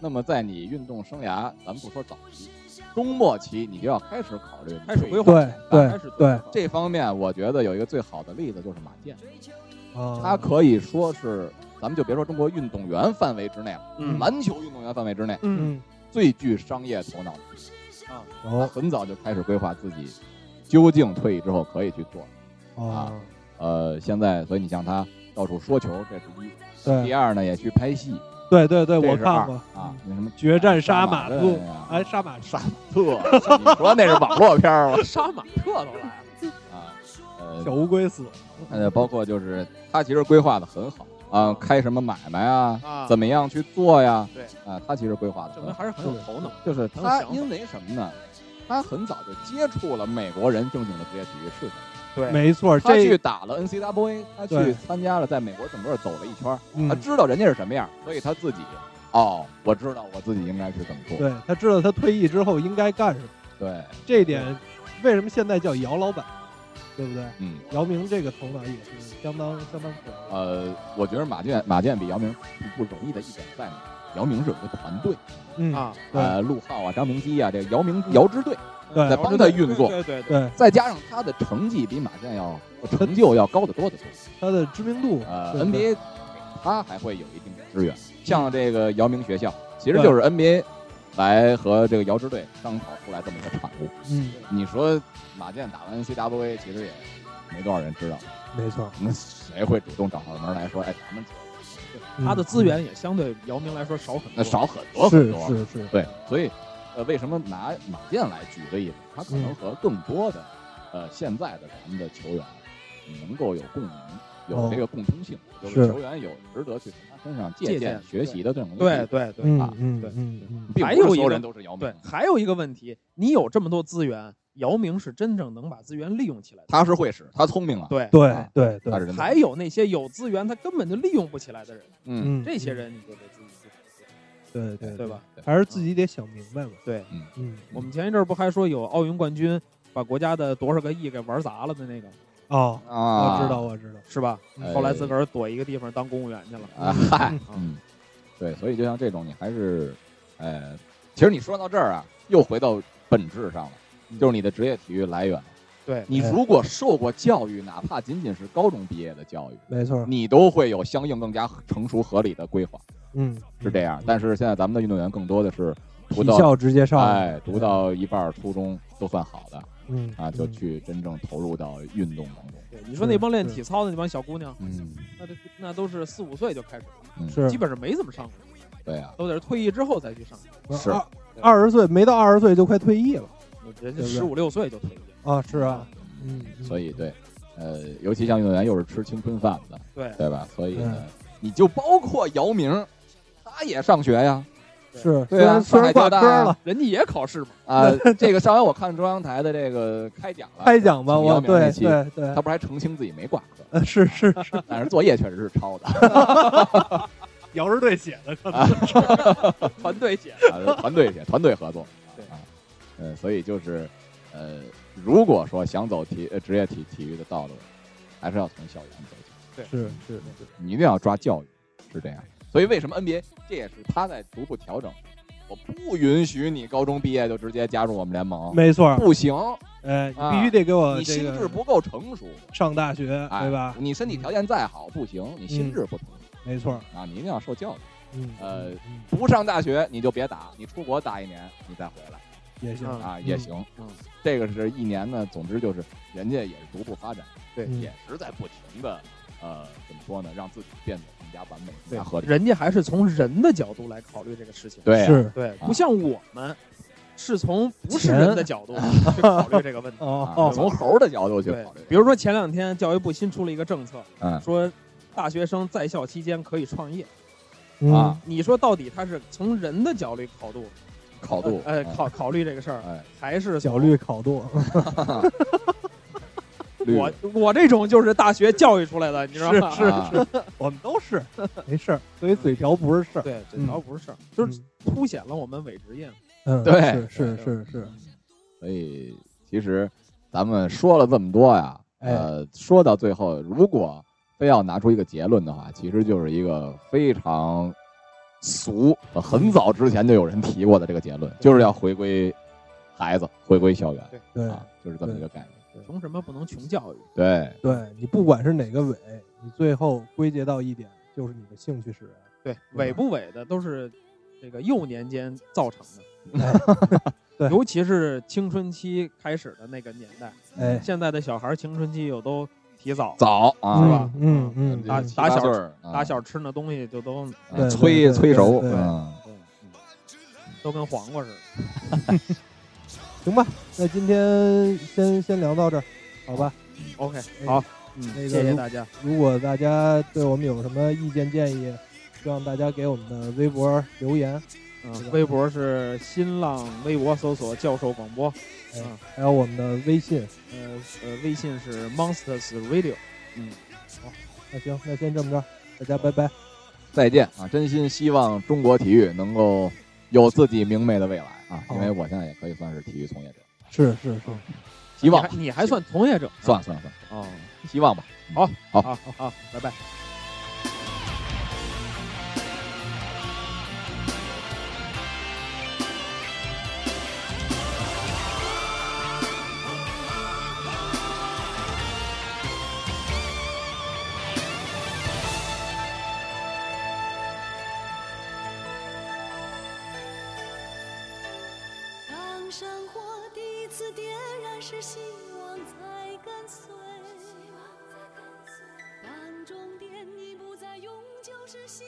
Speaker 3: 那么在你运动生涯，咱们不说早期，中末期，你就要开始考虑
Speaker 4: 开始规划
Speaker 2: 对对
Speaker 4: 开始
Speaker 2: 对，
Speaker 3: 这方面。我觉得有一个最好的例子就是马健，他
Speaker 2: 啊，
Speaker 3: 可以说是，咱们就别说中国运动员范围之内了，
Speaker 5: 嗯
Speaker 3: 篮球运动员范围之内
Speaker 4: 嗯，
Speaker 2: 嗯，
Speaker 3: 最具商业头脑的，他
Speaker 2: 哦
Speaker 3: 很早就开始规划自己究竟退役之后可以去做。
Speaker 2: 哦，
Speaker 3: 呃，现在，所以你像他到处说球，这是一；第
Speaker 2: 对
Speaker 3: 二呢，也去拍戏，
Speaker 2: 对对对，
Speaker 3: 这
Speaker 2: 我
Speaker 3: 是二
Speaker 2: 看过
Speaker 3: 啊，，那什么
Speaker 2: 决战杀
Speaker 3: 杀
Speaker 2: 马
Speaker 3: 特
Speaker 2: 特
Speaker 3: 呀
Speaker 2: 哎，杀马
Speaker 3: 杀马特，你说那是网络片儿吗？
Speaker 4: 杀马特都来了，
Speaker 3: 啊，呃
Speaker 2: 小，乌龟死了，
Speaker 3: 呃，包括就是他其实规划的很好啊，开什么买卖啊，
Speaker 4: 啊
Speaker 3: 怎么样去做呀？
Speaker 4: 对
Speaker 3: 啊，他其实规划的很
Speaker 4: 证明
Speaker 3: 好，
Speaker 4: 还是很有头脑。
Speaker 3: 就是
Speaker 4: 很有
Speaker 3: 他
Speaker 4: 想法
Speaker 3: 因为什么呢？他很早就接触了美国人正经的职业体育事情，
Speaker 4: 对，
Speaker 2: 没错儿，
Speaker 3: 他去
Speaker 2: 这
Speaker 3: 打了 NCAA，他去
Speaker 2: 对
Speaker 3: 参加了在美国整个走了一圈儿，
Speaker 2: 嗯
Speaker 3: 他，知道人家是什么样，所以他自己，哦，我知道我自己应该是怎么做，
Speaker 2: 对他知道他退役之后应该干什么，
Speaker 3: 对，
Speaker 2: 这一点为什么现在叫姚老板，对不对？
Speaker 3: 嗯，
Speaker 2: 姚明这个头脑也是相当相当可爱，
Speaker 3: 呃，我觉得马健马健比姚明不容易的一点在哪？姚明是有个团队，
Speaker 2: 嗯，
Speaker 4: 啊，
Speaker 2: 对
Speaker 3: 呃，陆浩啊、张明基啊，这个姚明姚支队
Speaker 2: 对
Speaker 3: 在帮他运作，
Speaker 4: 对对对，
Speaker 2: 对
Speaker 3: 再加上他的成绩比马健要成就要高得多得多。
Speaker 2: 他的知名度，
Speaker 3: 呃
Speaker 2: 对对
Speaker 3: ，NBA 他还会有一定的支援，像这个姚明学校，其实就是 NBA 来和这个姚支队商讨出来这么一个产物。
Speaker 2: 嗯，
Speaker 3: 你说马健打完 CWA，其实也没多少人知道，
Speaker 2: 没错，
Speaker 3: 那谁会主动找上门来说，哎，咱们组
Speaker 2: 嗯
Speaker 4: 他的资源也相对姚明来说少很
Speaker 3: 那
Speaker 4: 多，
Speaker 3: 少很多很
Speaker 2: 是
Speaker 3: 多。
Speaker 2: 是是，
Speaker 3: 对，所以呃，为什么拿马健来举例子？他可能和更多的、呃现在的咱们的球员能够有共鸣，有
Speaker 2: 哦
Speaker 3: 这个共通性，就是
Speaker 2: 是
Speaker 3: 球员有值得去从他身上
Speaker 4: 借
Speaker 3: 借鉴
Speaker 4: 鉴
Speaker 3: 学习的这种东
Speaker 4: 对
Speaker 3: 西。
Speaker 4: 对对，
Speaker 2: 嗯
Speaker 3: 啊
Speaker 2: 嗯
Speaker 4: 对
Speaker 2: 嗯嗯，
Speaker 3: 并
Speaker 4: 还
Speaker 3: 不
Speaker 4: 有
Speaker 3: 是
Speaker 4: 一
Speaker 3: 所有
Speaker 4: 个
Speaker 3: 人都是姚明
Speaker 4: 对，，还有一个问题，你有这么多资源，姚明是真正能把资源利用起来的。
Speaker 3: 他是会使，他聪明了，
Speaker 4: 对，
Speaker 2: 对
Speaker 3: 啊
Speaker 2: 对
Speaker 3: 他
Speaker 2: 对，
Speaker 3: 是真的
Speaker 4: 还有那些有资源他根本就利用不起来的人，
Speaker 3: 嗯，
Speaker 2: 嗯，
Speaker 4: 这些
Speaker 2: 嗯，
Speaker 4: 人你就得自己去考
Speaker 2: 对对
Speaker 4: 虑，对吧？？
Speaker 2: 还是自己得想明白嘛，
Speaker 4: 对
Speaker 2: 嗯，
Speaker 4: 我们前一阵儿不还说有奥运冠军把国家的多少个亿给玩砸了的那个，
Speaker 2: 哦，
Speaker 3: 啊，
Speaker 2: 我知道我知道，
Speaker 4: 是吧？
Speaker 3: 哎
Speaker 4: 后来自个儿躲一个地方当公务员去了。
Speaker 3: 啊，嗨
Speaker 4: 嗯，
Speaker 3: 嗯，对，所以就像这种，你还是，呃，其实你说到这儿啊，又回到本质上了，
Speaker 4: 嗯
Speaker 3: 就是你的职业体育来源。
Speaker 4: 对
Speaker 3: 你如果受过教育，哪怕仅仅是高中毕业的教育，
Speaker 2: 没错，
Speaker 3: 你都会有相应更加成熟合理的规划，
Speaker 2: 嗯，
Speaker 3: 是这样。但是现在咱们的运动员更多的是读
Speaker 2: 体
Speaker 3: 到
Speaker 2: 校直接上，
Speaker 3: 哎，读到一半儿初中都算好的
Speaker 2: 嗯
Speaker 3: 啊，就
Speaker 2: 嗯
Speaker 3: 去真正投入到运动当中。
Speaker 4: 对，你说那帮练
Speaker 2: 是
Speaker 4: 体操的那帮小姑娘，
Speaker 3: 嗯，
Speaker 4: 那都那都是四五岁就开始了，
Speaker 2: 是
Speaker 4: 基本上没怎么上过，
Speaker 3: 对啊，
Speaker 4: 都得是退役之后才去上。
Speaker 3: 是
Speaker 2: 二啊二十岁没到二十岁就快退役了
Speaker 4: 人
Speaker 2: 对不
Speaker 4: 家
Speaker 2: 对
Speaker 4: 十五六岁就退役了。
Speaker 2: 啊，是啊，嗯，嗯
Speaker 3: 所以对，呃，尤其像运动员又是吃青春饭的，
Speaker 4: 对，
Speaker 3: 对吧？所以呢，
Speaker 2: 嗯
Speaker 3: 你就包括姚明，他也上学呀，
Speaker 2: 是虽
Speaker 3: 对啊
Speaker 2: 然虽然
Speaker 3: 上海交
Speaker 2: 挂
Speaker 3: 大
Speaker 2: 科
Speaker 3: 啊
Speaker 2: 了，
Speaker 4: 人家也考试嘛。
Speaker 2: *laughs*
Speaker 3: 啊，这个上回我看中央台的这个开讲了，
Speaker 2: 开讲吧，
Speaker 3: 请
Speaker 2: 我
Speaker 3: 姚明那
Speaker 2: 对
Speaker 3: 期
Speaker 2: 对对
Speaker 3: 他，不是还澄清自己没挂科，
Speaker 2: 呃，是是是，
Speaker 3: 但是作业确实是抄的，
Speaker 2: 姚支队写的，可能
Speaker 4: 团队写
Speaker 3: 啊团队写团队合作，
Speaker 4: 对
Speaker 3: 啊，呃，所以就是，呃，如果说想走体呃职业体体育的道路，还是要从校园走起，
Speaker 2: 是是
Speaker 3: 你一定要抓教育，是这样。所以为什么 NBA 这也是他在逐步调整，我不允许你高中毕业就直接加入我们联盟，
Speaker 2: 没错儿，
Speaker 3: 不行，
Speaker 2: 呃，你
Speaker 3: 啊
Speaker 2: 必须得给我
Speaker 3: 你
Speaker 2: 这
Speaker 3: 心智
Speaker 2: 个
Speaker 3: 不够成熟，
Speaker 2: 上大学，
Speaker 3: 哎，
Speaker 2: 对吧？
Speaker 3: 你身体条件再好不行，你心
Speaker 2: 嗯
Speaker 3: 智不成熟
Speaker 2: 没错儿，
Speaker 3: 啊，你一定要受教育。
Speaker 2: 嗯，
Speaker 3: 呃
Speaker 2: 嗯，
Speaker 3: 不上大学你就别打，你出国打一年你再回来
Speaker 2: 也行，
Speaker 4: 啊
Speaker 3: 啊也
Speaker 2: 嗯
Speaker 3: 行
Speaker 4: 嗯。
Speaker 3: 这个是一年呢，总之就是人家也是逐步发展，
Speaker 4: 对
Speaker 2: 嗯
Speaker 3: 也是在不停的呃怎么说呢，让自己变得更加完美、更加合理。
Speaker 4: 人家还是从人的角度来考虑这个事情。
Speaker 3: 对啊，
Speaker 2: 是
Speaker 4: 对，
Speaker 3: 啊
Speaker 4: 不像我们，是从不是人的角度去考虑这个问题。
Speaker 2: 哦
Speaker 3: 啊
Speaker 2: 哦，
Speaker 3: 从猴儿的角度去
Speaker 4: 对
Speaker 3: 考虑，，
Speaker 4: 比如说前两天教育部新出了一个政策，
Speaker 3: 嗯
Speaker 4: 说大学生在校期间可以创业。
Speaker 2: 嗯
Speaker 3: 啊，
Speaker 4: 你说到底他是从人的角度考度，
Speaker 3: 考度，
Speaker 4: 呃，
Speaker 3: 嗯
Speaker 4: 考考虑这个事儿，
Speaker 3: 哎，
Speaker 4: 还是从
Speaker 2: 小绿烤度，
Speaker 3: 绿
Speaker 4: 我我这种就是大学教育出来的，你知道吗？
Speaker 2: 是
Speaker 3: 啊
Speaker 2: *laughs* 我们都是没事儿，所以嘴瓢不是事儿。
Speaker 4: 对，这
Speaker 2: 嗯
Speaker 4: 倒不是事儿，就是凸显了我们伪职业。
Speaker 2: 嗯，
Speaker 3: 对
Speaker 2: 是是是是，
Speaker 3: 所以其实咱们说了这么多呀，
Speaker 2: 哎
Speaker 3: 呃，说到最后，如果非要拿出一个结论的话，其实就是一个非常俗，呃很早之前就有人提过的这个结论，就是要回归孩子，回归校园
Speaker 2: 对
Speaker 3: 啊，就是这么一个概念。
Speaker 4: 穷什么不能穷教育？
Speaker 3: 对，
Speaker 2: 对，你不管是哪个伪，你最后归结到一点，就是你的兴趣使然。
Speaker 4: 对，伪不伪的都是这个幼年间造成
Speaker 2: 哎
Speaker 4: 的，
Speaker 2: *laughs* 对
Speaker 4: 尤其是青春期开始的那个年代。
Speaker 2: 哎，
Speaker 4: 现在的小孩儿青春期又都提早，
Speaker 3: 早啊，
Speaker 2: 嗯
Speaker 3: 是吧？
Speaker 2: 嗯嗯，
Speaker 4: 打
Speaker 2: 嗯
Speaker 4: 打小
Speaker 3: 七八岁儿
Speaker 4: 打小吃那东西就都
Speaker 3: 啊
Speaker 2: 对
Speaker 3: 催
Speaker 2: 对
Speaker 3: 催熟，
Speaker 2: 对对
Speaker 3: 嗯，
Speaker 4: 都跟黄瓜似的。
Speaker 2: 行吧，那今天先先聊到这儿，好吧？
Speaker 4: OK，
Speaker 2: 哎
Speaker 4: 好，嗯，
Speaker 2: 那个
Speaker 4: 谢谢
Speaker 2: 如
Speaker 4: 大家。
Speaker 2: 如果大家对我们有什么意见建议，希望大家给我们的微博留言，
Speaker 4: 嗯，微博是新浪微博搜索“教授广播
Speaker 2: 哎
Speaker 4: 嗯
Speaker 2: 还有我们的微信。”，
Speaker 4: 呃呃，微信是 Monsters Radio。
Speaker 2: 那行，那先这么着，大家拜拜。
Speaker 3: 再见啊！真心希望中国体育能够有自己明媚的未来啊！
Speaker 2: 好
Speaker 3: 因为我现在也可以算是体育从业者，
Speaker 2: 是是是，
Speaker 3: 希望吧
Speaker 4: 你还你还算从业者？
Speaker 3: 算算算，
Speaker 4: 哦，
Speaker 3: 希望吧。好
Speaker 4: 好好好，拜拜。
Speaker 1: 当生活第一次点燃时，希望在跟随；当终点已不再永久时，希